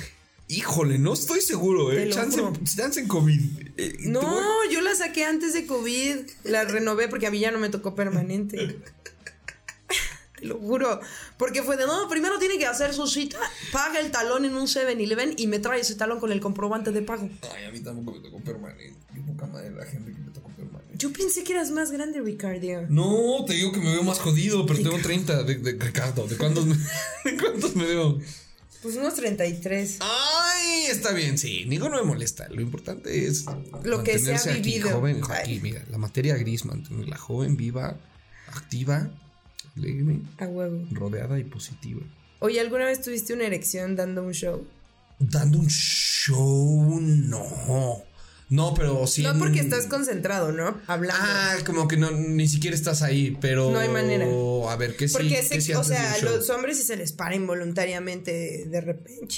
S2: Híjole, no estoy seguro,
S1: Te
S2: ¿eh?
S1: lo
S2: Chance,
S1: juro.
S2: chance en COVID. Eh, te voy a-
S1: No, yo la saqué antes de COVID. La renové porque a mí ya no me tocó permanente. Te lo juro. Porque fue de no, primero tiene que hacer su cita, paga el talón en un 7-Eleven y me trae ese talón con el comprobante de pago.
S2: Ay, a mí tampoco me tocó permanente. Qué poca madre la gente que me tocó permanente.
S1: Yo pensé que eras más grande, Ricardio.
S2: No, te digo que me veo más jodido, pero tengo 30 de, de Ricardo. ¿De cuántos, me, ¿De cuántos me veo?
S1: Pues unos 33.
S2: Ay, está bien, sí. Ninguno me molesta. Lo importante es
S1: Lo que se ha
S2: mantenerse aquí
S1: vivido.
S2: joven,
S1: Ay.
S2: aquí, mira, la materia gris, mantenerla joven, viva, activa, alegre,
S1: A huevo.
S2: rodeada y positiva.
S1: Oye, ¿alguna vez tuviste una erección dando un show?
S2: Dando un show, no. No, pero sí.
S1: No
S2: en-
S1: porque estás concentrado, ¿no? Hablando.
S2: Ah, como que no, ni siquiera estás ahí, pero.
S1: No hay manera.
S2: A ver, ¿qué sí?
S1: porque,
S2: qué
S1: se-
S2: sí
S1: o
S2: haces de
S1: sea,
S2: un show?
S1: los hombres sí se les para involuntariamente de, de repente.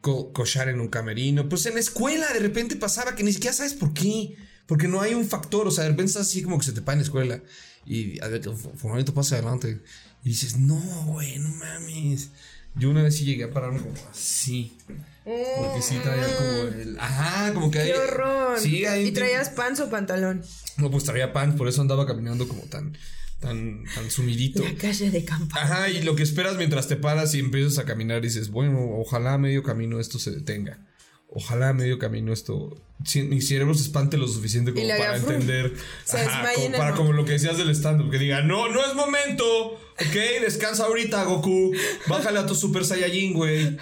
S2: co- cochar en un camerino. Pues en la escuela de repente pasaba que ni siquiera sabes por qué. Porque no hay un factor. O sea, de repente estás así como que se te paga en la escuela. Y a ver, fu- fulanito pasa adelante. Y dices, no, güey, no mames. Yo una vez sí llegué a pararme como así. Porque sí traía
S1: Mm.
S2: como el. Ajá, como que.
S1: ¡Qué horror!
S2: Sí, hay un
S1: ¿Y traías pants o pantalón?
S2: tipo- No, pues traía pan, por eso andaba caminando como tan. tan. tan sumidito.
S1: La calle de campa.
S2: Ajá, y lo que esperas mientras te paras y empiezas a caminar, dices, bueno, ojalá a medio camino esto se detenga. Ojalá a medio camino esto. si- mi cerebro se espante lo suficiente como
S1: le haga
S2: para
S1: frum.
S2: entender.
S1: Se
S2: Ajá,
S1: desmaye en
S2: como
S1: el
S2: para
S1: mo-
S2: como lo que decías del stand-up, que diga, no, no es momento. Ok, descansa ahorita, Goku. Bájale a tu Super Saiyajin, güey.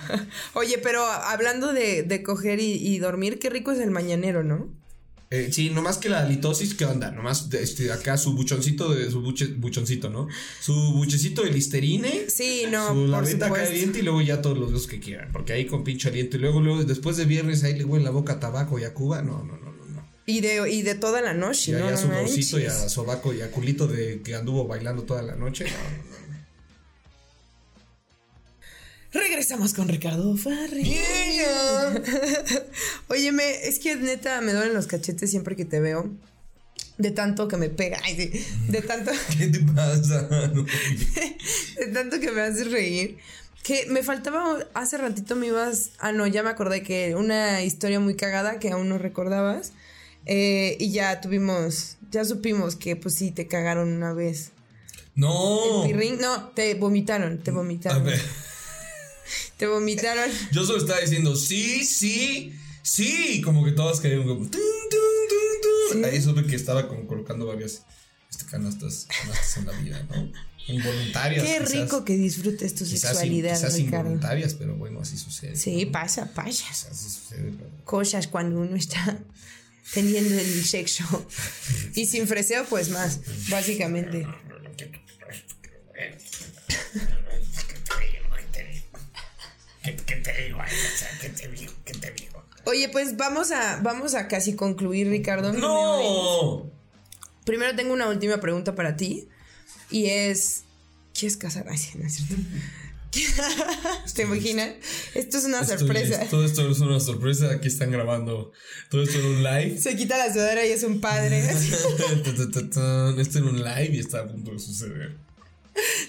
S1: Oye, pero hablando de, de coger y, y dormir, qué rico es el mañanero, ¿no?
S2: Eh, sí, nomás que la litosis, ¿qué onda? Nomás de- este, acá su buchoncito, de, su buche- buchoncito, ¿no? Su buchecito de listerine.
S1: Sí, no,
S2: su
S1: por
S2: laveta
S1: supuesto.
S2: caliente y luego ya todos los dos que quieran. Porque ahí con pinche aliento. Y luego, luego, después de viernes, ahí le huele la boca a tabaco y a Cuba. No, no, no, no. no.
S1: Y de, y de toda la noche,
S2: Y
S1: ¿no?
S2: ahí a
S1: No
S2: su bolsito y a
S1: manches.
S2: sobaco y a culito de que anduvo bailando toda la noche. No, no, no.
S1: Regresamos con Ricardo Farri. Óyeme, es que neta me duelen los cachetes siempre que te veo. De tanto que me pega. Ay, sí. De tanto.
S2: ¿Qué te pasa?
S1: de tanto que me haces reír. Que me faltaba, hace ratito me ibas, ah no, ya me acordé que una historia muy cagada que aún no recordabas. eh, y ya tuvimos, ya supimos que pues sí, te cagaron una vez.
S2: No.
S1: Pirrín, no, te vomitaron, te
S2: A
S1: vomitaron.
S2: ver,
S1: Te vomitaron.
S2: yo solo estaba diciendo sí, sí, sí. Como que todas cayeron como. tun, tun, tun, tun.
S1: Sí.
S2: Ahí supe que estaba como colocando varias este, canastas, canastas en la vida, ¿no? Involuntarias.
S1: Qué
S2: quizás.
S1: rico que disfrutes tu
S2: Quizás,
S1: sexualidad,
S2: quizás
S1: Ricardo.
S2: involuntarias, pero bueno, así sucede.
S1: Sí,
S2: ¿no?
S1: pasa, pasa.
S2: Quizás así sucede, pero-
S1: Cosas cuando uno está teniendo el sexo. Y sin freseo, pues más, básicamente.
S3: ¿Qué, qué te digo? Ay, o sea, ¿Qué te digo? ¿Qué te digo?
S1: Oye, pues vamos a, vamos a casi concluir, Ricardo.
S2: ¡No!
S1: Primero tengo una última pregunta para ti. Y es. ¿Quieres casar? Ay, sí, no es cierto. ¿Te imaginas? Esto es una
S2: Esto
S1: sorpresa.
S2: es- todo esto es una sorpresa. Aquí están grabando. Todo esto en un live.
S1: Se quita la sudadera y es un padre.
S2: Ta, ta, ta, ta. esto en un live y está a punto de suceder.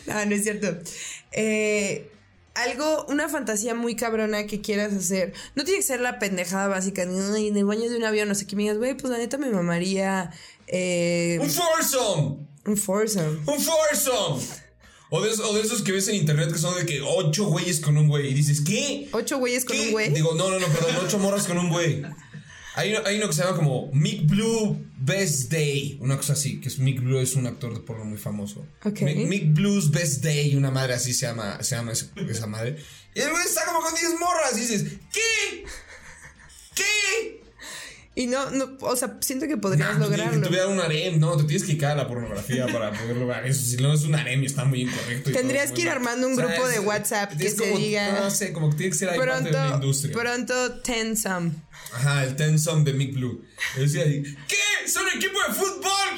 S1: no, no es cierto. Eh, algo, una fantasía muy cabrona que quieras hacer. No tiene que ser la pendejada básica. ni, "Ay, en el baño de un avión, no sé qué me digas, güey, pues la neta me mamaría. eh,
S2: ¡Un foursome!
S1: un foursome.
S2: ¡Un foursome! O de, esos- o de esos que ves en internet que son de que ocho güeyes con un güey. Y dices, ¿qué?
S1: Ocho güeyes con
S2: ¿Qué?
S1: un güey.
S2: Digo, no, no, no, perdón, ocho morras con un güey. Hay, uno- hay uno que se llama como Mick Blue Best Day, una cosa así, que es Mick Blue es un actor de porno muy famoso.
S1: Ok.
S2: Mick, Mick Blue's Best Day, una madre así se llama, se llama esa, esa madre. Y el güey está como con 10 morras y dices, ¿qué? ¿Qué?
S1: Y no, no, o sea, siento que podrías
S2: Nah, pues,
S1: lograrlo.
S2: Que tuviera un harem, no, te tienes que caer a la pornografía para poder lograr eso. Si no es un harem y está muy incorrecto. y
S1: Tendrías
S2: todo,
S1: que
S2: pues,
S1: ir
S2: muy mal.
S1: armando un grupo de WhatsApp que
S2: tienes
S1: se diga-
S2: No sé, como que tiene que ser ahí parte de una
S1: Pronto,
S2: industria.
S1: pronto Tensam.
S2: Ajá, el Ten Song de Mick Blue. Yo decía ahí, ¿qué? ¡Son equipo de fútbol,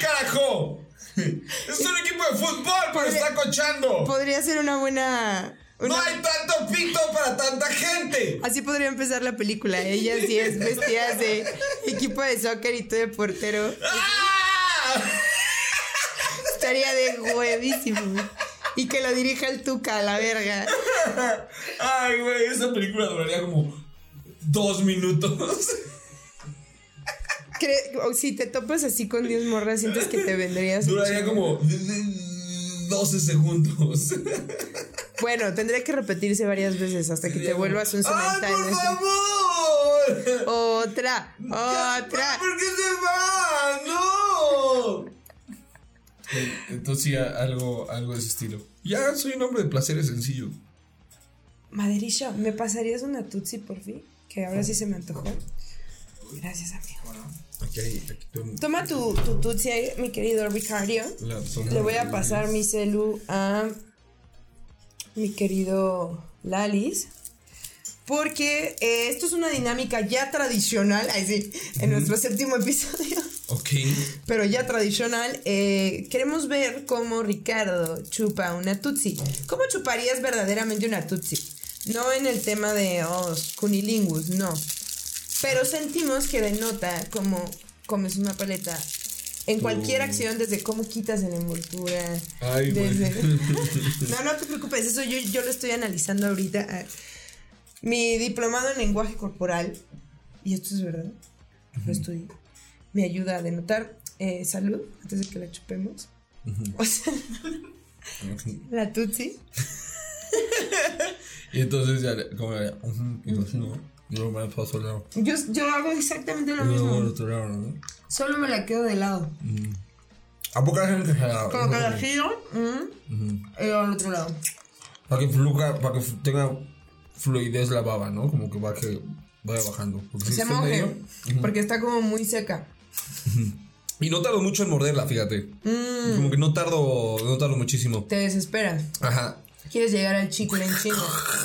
S2: carajo! ¡Es un equipo de fútbol, pero está cochando!
S1: Podría ser una buena. una-
S2: ¡No hay tanto pito para tanta gente!
S1: Así podría empezar la película. Ellas 10 vestidas de equipo de soccer y tú de portero.
S2: ¡Ah!
S1: Estaría de huevísimo. Y que lo dirija el Tuca, la verga.
S2: Ay, güey, esa película duraría como dos minutos.
S1: Cre- o si te topas así con 10 morras, sientes que te vendrías. un
S2: Duraría
S1: chingo.
S2: como 12 segundos.
S1: Bueno, tendría que repetirse varias veces hasta que te vuelvas un
S2: ¡Ay,
S1: cemental.
S2: por favor!
S1: Otra, otra.
S2: ¿Por qué se va? ¡No! Eh, Entonces sí, a- algo, algo de ese estilo. Ya soy un hombre de placeres sencillo.
S1: Maderisha, ¿me pasarías una Tutsi por fin? Que ahora sí se me antojó. Gracias, amigo.
S2: Aquí hay, aquí tengo
S1: Toma tu, tu Tutsi ahí, mi querido Ricardio.
S2: la zona
S1: Le voy a
S2: de-
S1: pasar mi celu a mi querido Lalis. Porque eh, esto es una dinámica ya tradicional, ay, sí, en nuestro séptimo episodio,
S2: Ok.
S1: pero ya tradicional. eh, queremos ver cómo Ricardo chupa una tutsi. ¿Cómo chuparías verdaderamente una tutsi? No en el tema de oh, cunilingus, no. Pero sentimos que denota cómo comes una paleta en cualquier acción, desde cómo quitas de la envoltura.
S2: Ay, güey.
S1: desde- No, no te preocupes, eso yo, yo lo estoy analizando ahorita. Ah, Mi diplomado en lenguaje corporal, y esto es verdad, lo estudié, me ayuda a denotar eh, salud antes de que la chupemos. O sea, la tutsi.
S2: Y entonces ya, le- como ya, ujú, y así, ¿no? Yo me la paso al lado.
S1: Yo, yo hago exactamente lo
S2: Yo me voy al
S1: mismo,
S2: otro lado, ¿no?
S1: solo me la quedo de lado.
S2: ¿A poco la gente se la-
S1: Como que la giro mm, y al otro lado.
S2: Para que fluya, para que f- tenga fluidez la baba, ¿no? Como que baje, vaya bajando. Porque si
S1: Se
S2: está en
S1: moje,
S2: medio-
S1: porque está como muy seca.
S2: Y no tardo mucho en morderla, fíjate.
S1: Mm.
S2: Como que no tardo, no tardo muchísimo.
S1: Te desesperas.
S2: Ajá,
S1: Quieres llegar al chicle en chinga.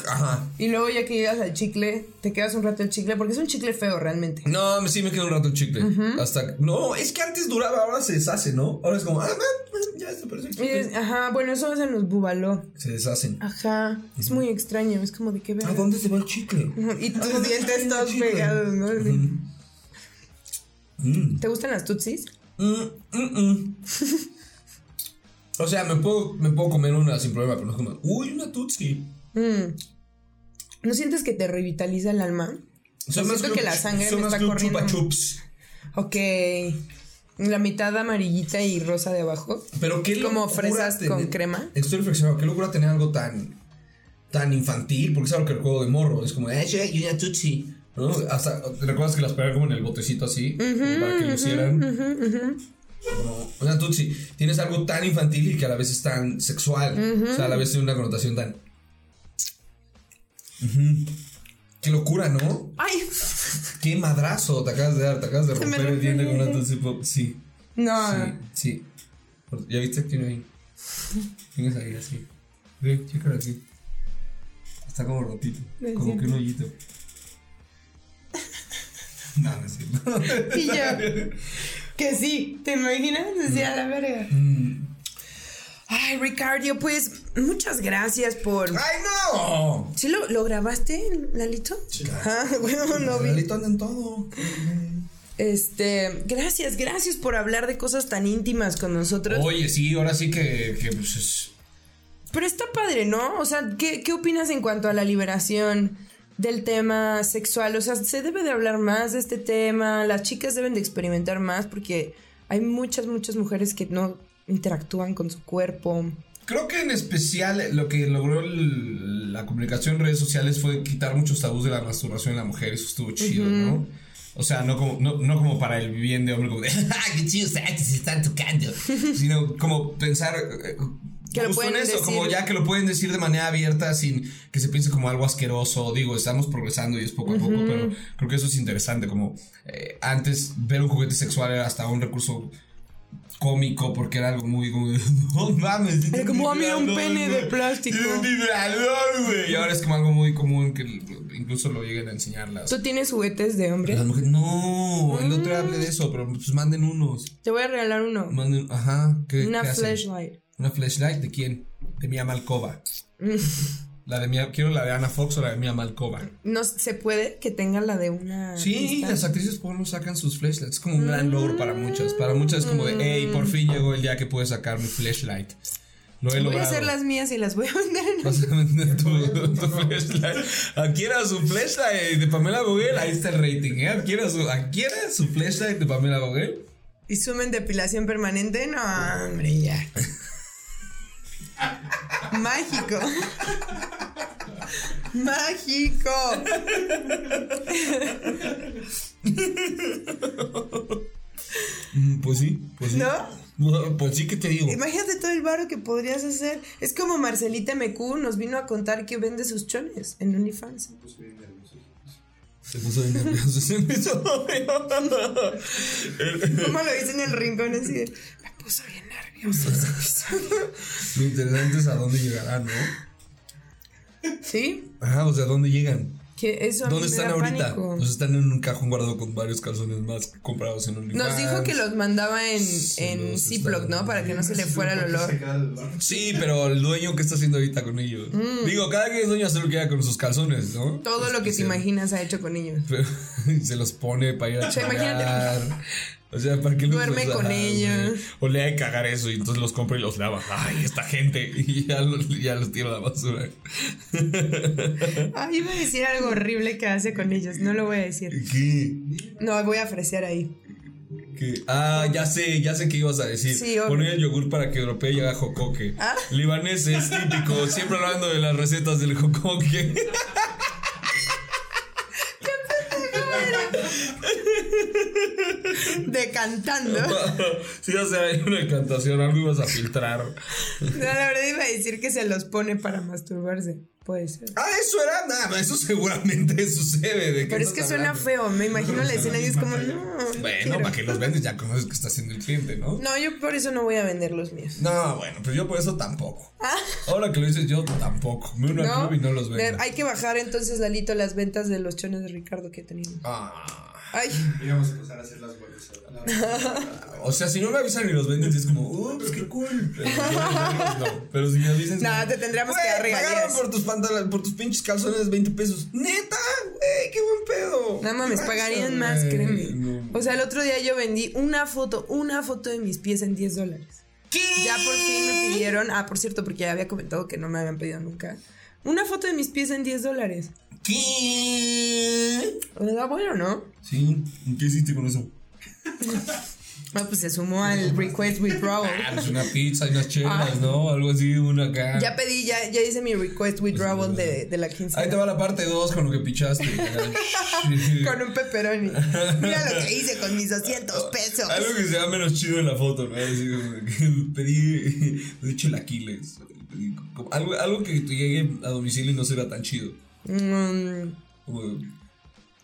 S2: ajá.
S1: Y luego ya que llegas al chicle, te quedas un rato el chicle, porque es un chicle feo realmente.
S2: No, sí me queda un rato el chicle. Hasta. No, es que antes duraba, ahora se deshace, ¿no? Ahora es como. Ah, ah, ya se parece
S1: Y dices, ajá, bueno, eso hacen los bubaló.
S2: Se deshacen.
S1: Ajá, es muy extraño, es como de qué
S2: ¿A
S1: verga.
S2: dónde se va el chicle?
S1: Y tus dientes todos
S2: chicle.
S1: pegados, ¿no? Así. ¿Te gustan las tutsis?
S2: Mm, mm, mm. o sea, me puedo, me puedo comer una sin problema, pero no es como. Uy, una tutsi.
S1: ¿No sientes que te revitaliza el alma?
S2: Son
S1: Siento que
S2: un-
S1: la sangre
S2: son
S1: me
S2: más
S1: está
S2: que un
S1: corriendo.
S2: chupa chups.
S1: Ok, la mitad amarillita y rosa de abajo.
S2: Pero qué
S1: Como
S2: locura
S1: fresas
S2: tener-
S1: con crema.
S2: Estoy reflexionando, qué locura tener algo tan tan infantil, porque es algo que el juego de morro es como, eh, yo yo ya tutsi. ¿No? Hasta, ¿te recuerdas que las pegaban como en el botecito así? Como para que lo hicieran. No, o sea, tutsi, tienes algo tan infantil y que a la vez es tan sexual. O sea, a la vez tiene una connotación tan. Ujú. Qué locura, ¿no?
S1: ¡Ay!
S2: Qué madrazo te acabas de dar, te acabas de
S1: Se me
S2: romper el
S1: rompió
S2: diente
S1: el
S2: con una
S1: diente.
S2: tutsi pop. Sí.
S1: No,
S2: Sí, sí. ¿Ya viste que no hay? Tienes ahí así. Ve, chécalo aquí. Está como rotito.
S1: No
S2: como
S1: es
S2: que un hoyito. No, no es cierto.
S1: y yo. Que sí, ¿te imaginas? Decía la verga. Ay, Ricardo, pues muchas gracias por.
S2: ¡Ay, no!
S1: ¿Sí lo, lo grabaste, Lalito? Sí. Ah, bueno, no vi.
S2: Lalito anda en todo.
S1: Este, gracias, gracias por hablar de cosas tan íntimas con nosotros.
S2: Oye, sí, ahora sí que, que pues es...
S1: Pero está padre, ¿no? O sea, ¿qué, ¿qué opinas en cuanto a la liberación del tema sexual? O sea, se debe de hablar más de este tema, las chicas deben de experimentar más porque hay muchas, muchas mujeres que no interactúan con su cuerpo.
S2: Creo que en especial lo que logró el- la comunicación en redes sociales fue quitar muchos tabús de la masturbación en la mujer. Eso estuvo chido, ¿no? O sea, no como, no, no como para el bien de hombre, como de, ¡ah, qué chido está que se están tocando! Sino como pensar. eh,
S1: Que lo
S2: justo en
S1: pueden
S2: eso,
S1: decir.
S2: como ya que lo pueden decir de manera abierta sin que se piense como algo asqueroso. Digo, estamos progresando y es poco a poco, pero creo que eso es interesante. Como eh, antes, ver un juguete sexual era hasta un recurso cómico porque era algo muy como no mames tiene
S1: Era como, "Ah, mira, un
S2: vibrador,
S1: pene de
S2: güey,
S1: plástico".
S2: tiene un vibrador güey y ahora es como algo muy común que incluso lo lleguen a enseñar las
S1: ¿Tú Mm. tienes juguetes de hombre?
S2: las mujeres, no, el otro día hablé de eso, pero pues manden unos.
S1: Te voy a regalar uno.
S2: Manden, ajá, ¿qué,
S1: Una
S2: qué hacen?
S1: flashlight.
S2: ¿Una flashlight de quién? De Mia Malkova. la de Mia, quiero la de Ana Fox o la de Mia Malkova.
S1: No se puede que tenga la de una.
S2: Sí,
S1: artista.
S2: las actrices porno sacan sus flashlights. Es como un gran logro para muchas. Para muchas es como de, hey, por fin llegó el día que pude sacar mi flashlight. Lo he
S1: Mm. Voy a
S2: logrado.
S1: hacer las mías y las voy a vender en
S2: Vas a vender tu, tu flashlight. Adquiera su flashlight de Pamela Boguel. Ahí está el rating, ¿eh? Adquiera su, adquiera su flashlight de Pamela Boguel.
S1: ¿Y sumen depilación permanente? No, hombre, ya. Mágico. Mágico.
S2: Mm, Pues sí, pues sí.
S1: ¿No?
S2: No, Pues sí que te digo.
S1: Imagínate todo el varo que podrías hacer. Es como Marcelita MQ nos vino a contar que vende sus chones en OnlyFans.
S2: Se puso bien nervioso ese episodio.
S1: ¿Cómo lo dice en el rincón así de, Me puso bien nervioso ese episodio".
S2: Lo interesante es a dónde llegarán, ¿no?
S1: ¿Sí?
S2: Ajá, o sea, ¿a dónde llegan?
S1: Que eso a mí
S2: ¿Dónde
S1: me
S2: están
S1: da
S2: ahorita?
S1: pánico.
S2: Pues están en un cajón guardado con varios calzones más comprados en OnlyFans.
S1: Nos dijo que los mandaba en, en
S2: los
S1: Ziploc,
S2: estaba-
S1: ¿no? Para que no se le fuera el olor.
S2: Sí, pero el dueño, ¿qué está haciendo ahorita con ellos? Digo, cada quien es dueño de hacer lo que haga con sus calzones, ¿no?
S1: Mm. Todo lo que te imaginas ha hecho con ellos.
S2: Pero se los pone para ir a
S1: O sea,
S2: cagar. O sea, ¿para qué los
S1: Duerme
S2: usas?
S1: con
S2: Ay,
S1: ellos.
S2: güey. O le hay cagar eso y entonces los compra y los lava. Ay, esta gente. Y ya los, ya los tira a la basura.
S1: Ay, Ah, iba a decir algo horrible que hace con ellos. No lo voy a decir.
S2: ¿Qué?
S1: No, voy a ofrecer ahí.
S2: ¿Qué? Ah, ya sé, ya sé qué ibas a decir.
S1: Sí, obvio.
S2: Poner el yogur para que europeo y haga jocoque.
S1: Ah.
S2: Libanés es típico, siempre hablando de las recetas del jocoque.
S1: Decantando. No,
S2: sí, o sea, hay una encantación, algo ibas a filtrar.
S1: la verdad iba a decir que se los pone para masturbarse. Puede ser.
S2: Ah, eso era nada, eso seguramente sucede. ¿de qué
S1: Pero es
S2: estás
S1: que suena
S2: hablando?
S1: feo. Me imagino la escena y es como, no. no
S2: Bueno,
S1: quiero.
S2: para que los vendes ya conoces que está haciendo el cliente, ¿no?
S1: No, yo por eso no voy a vender los míos.
S2: No, bueno, pues yo por eso tampoco. Ahora que lo dices yo, tampoco. Me uno al
S1: Ah. No,
S2: club y no los vendo.
S1: hay que bajar entonces, Lalito, las ventas de los chones de Ricardo que tenemos.
S2: Ah.
S1: Ay,
S5: Vamos a empezar a hacer las bolas.
S2: O sea, si no me avisan y los venden, sí es como, oh, pues qué cool. Pero, no, pero si me avisan. es
S1: No,
S2: como,
S1: te tendríamos que
S2: "Güey,
S1: dar regalías".
S2: Pagaron por tus pantalones, por tus pinches calzones 20 pesos. Neta, güey, qué buen pedo.
S1: no mames,
S2: Gracias,
S1: pagarían más,
S2: güey.
S1: créeme.
S2: No.
S1: O sea, el otro día yo vendí una foto, una foto de mis pies en 10 dólares. Ya por fin me pidieron, ah, por cierto, porque ya había comentado que no me habían pedido nunca, una foto de mis pies en 10 dólares.
S2: ¿Qué?
S1: ¿Verdad? Bueno, ¿no?
S2: Sí, ¿y ¿qué hiciste con eso?
S1: Ah, pues se sumó al request withdrawal.
S2: Ah, pues una pizza y unas chelas, ¿no? Algo así, una acá.
S1: Ya pedí, ya, ya hice mi request withdrawal de, de la
S2: Ahí te
S1: quincena.
S2: va la parte 2 con lo que pichaste.
S1: Con un pepperoni. Mira lo que hice con mis 200 pesos.
S2: Algo que sea menos chido en la foto, ¿no? Así como que pedí, pedí chilaquiles. pedí como- algo, algo que te llegue a domicilio y no se vea tan chido.
S1: Mm,
S2: Como,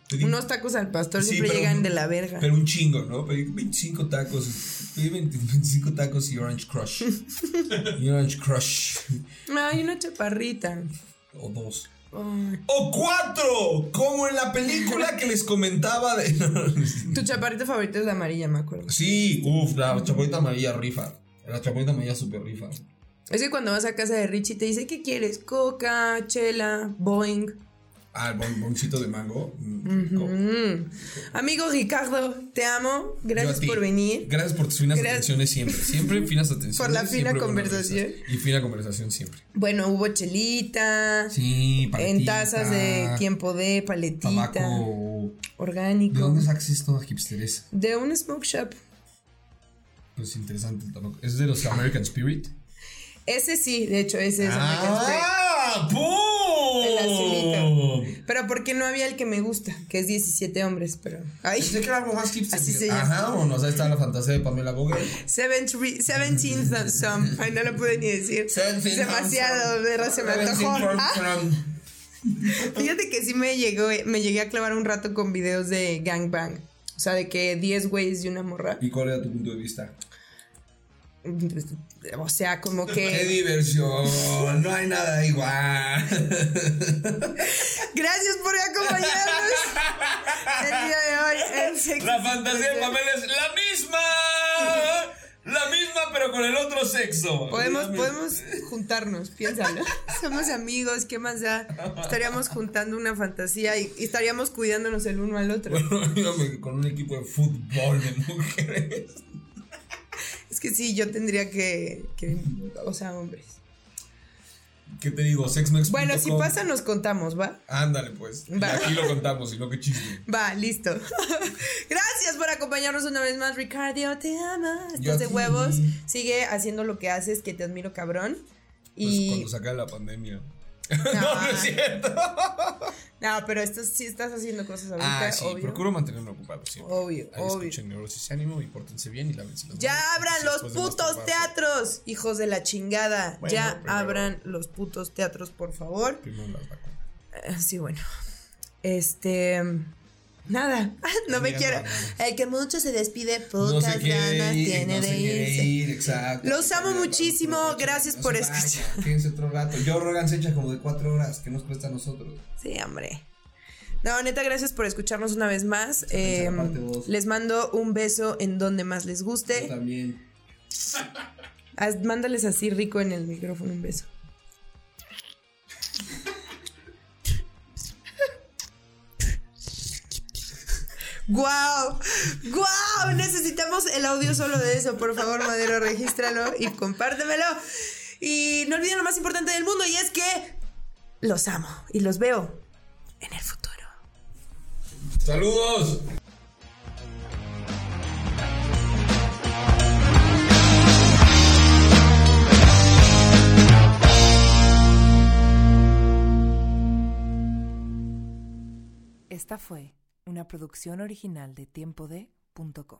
S2: pedí-
S1: unos tacos al pastor
S2: Sí,
S1: siempre
S2: pero-
S1: llegan de la verga.
S2: Pero un chingo, ¿no? Pedí 25 tacos. Pedí 20 25 tacos y Orange Crush. y Orange Crush.
S1: Ay, una chaparrita.
S2: O dos.
S1: Ay.
S2: ¡O cuatro! Como en la película que les comentaba de.
S1: Tu chaparrita favorita es la amarilla, me acuerdo.
S2: Sí, uff, la chapoita amarilla rifa. La chapoita amarilla super rifa.
S1: Es que cuando vas a casa de Richie te dice, ¿qué quieres? Coca, chela, Boeing.
S2: Ah, el bomboncito de mango. mm, rico.
S1: Mm. Amigo Ricardo, te amo.
S2: Yo a
S1: Gracias
S2: ti.
S1: por venir.
S2: Gracias por tus finas
S1: Gracias.
S2: atenciones siempre. Siempre finas atenciones.
S1: Por la fina
S2: siempre buenas
S1: conversación.
S2: risas. Y fina conversación siempre.
S1: Bueno, hubo chelita.
S2: Sí,
S1: Ah. en tazas de tiempo de paletita.
S2: Tabaco. ¿De
S1: Orgánico.
S2: dónde sacas esto, hipsteresa?
S1: De un smoke shop.
S2: Pues interesante el tabaco. ¿Es de los American Spirit?
S1: Ese sí, de hecho, ese es American Spirit.
S2: ¡Ah! ¡Pum!
S1: El azulito. Pero pero porque no había el que me gusta, que es 17 hombres, pero. Ay.
S2: Pensé que era algo más hipster.
S1: Así se llama.
S2: Ajá, o no, ahí está la fantasía de Pamela Bogue.
S1: 17 th some. Ay, no lo pude ni decir. Demasiado, verga, se me antojó. Ah, Fíjate que sí me llegó, me llegué a clavar un rato con videos de gangbang. O sea, de que 10 güeyes y una morra.
S2: ¿Y cuál era tu punto de vista?
S1: O sea, como
S2: ¡Qué
S1: que.
S2: diversión! No hay nada igual.
S1: Gracias por acompañarnos el día de hoy en Sexy
S2: La fantasía de
S1: Placer.
S2: Pamela es la misma. La misma, pero con el otro sexo.
S1: Podemos, podemos juntarnos, piénsalo. Somos amigos, ¿qué más da? Estaríamos juntando una fantasía y, y estaríamos cuidándonos el uno al otro.
S2: Bueno, dígame, con un equipo de fútbol de mujeres.
S1: Es que sí, yo tendría que, que- o sea, hombres.
S2: ¿Qué te digo? Sexmex.
S1: Bueno, si pasa nos contamos, ¿va?
S2: Ándale, pues. Y
S1: Va.
S2: aquí lo contamos, sino que chiste.
S1: Va, listo. Gracias por acompañarnos una vez más, Ricardio. Te ama.
S2: Yo a
S1: Estás de
S2: ti.
S1: huevos. Sigue haciendo lo que haces, que te admiro, cabrón.
S2: Pues
S1: Y. Ah,
S2: cuando se acabe la pandemia.
S1: No,
S2: No, no es cierto.
S1: no, pero esto, sí estás haciendo cosas ahorita,
S2: Ah, sí,
S1: obvio.
S2: procuro mantenerme ocupado siempre.
S1: Obvio,
S2: Ahí
S1: obvio.
S2: Escuchen neurosis y ánimo y pórtense bien y lávense las
S1: Ya
S2: manos.
S1: abran los
S2: Después de
S1: putos
S2: masturbarse.
S1: teatros, hijos de la chingada.
S2: Bueno,
S1: ya
S2: primero.
S1: abran los putos teatros, por favor.
S2: Primero las vacunas.
S1: Eh, Sí, bueno. Este. Nada, no me
S2: Mira,
S1: quiero.
S2: no.
S1: El que mucho se despide,
S2: No
S1: pocas
S2: se quiere
S1: ganas
S2: ir,
S1: tiene
S2: no
S1: de
S2: se quiere
S1: irse.
S2: ir, exacto.
S1: Los amo
S2: Mira,
S1: muchísimo,
S2: vamos,
S1: gracias
S2: no
S1: por
S2: se
S1: escuchar.
S2: vayan, Quédense otro rato. Yo, Rogan, se echa como de cuatro horas. ¿Qué nos cuesta a nosotros?
S1: Sí, hombre. No, neta, gracias por escucharnos una vez más.
S2: Sáquense la
S1: Eh,
S2: parte dos.
S1: les mando un beso en donde más les
S2: Yo
S1: guste.
S2: también.
S1: Haz- mándales así rico en el micrófono un beso. ¡Guau! ¡Guau! Necesitamos el audio solo de eso. Por favor, Madero, regístralo y compártemelo. Y no olviden lo más importante del mundo y es que los amo y los veo en el futuro.
S2: ¡Saludos!
S7: Esta fue una producción original de tiempode.com.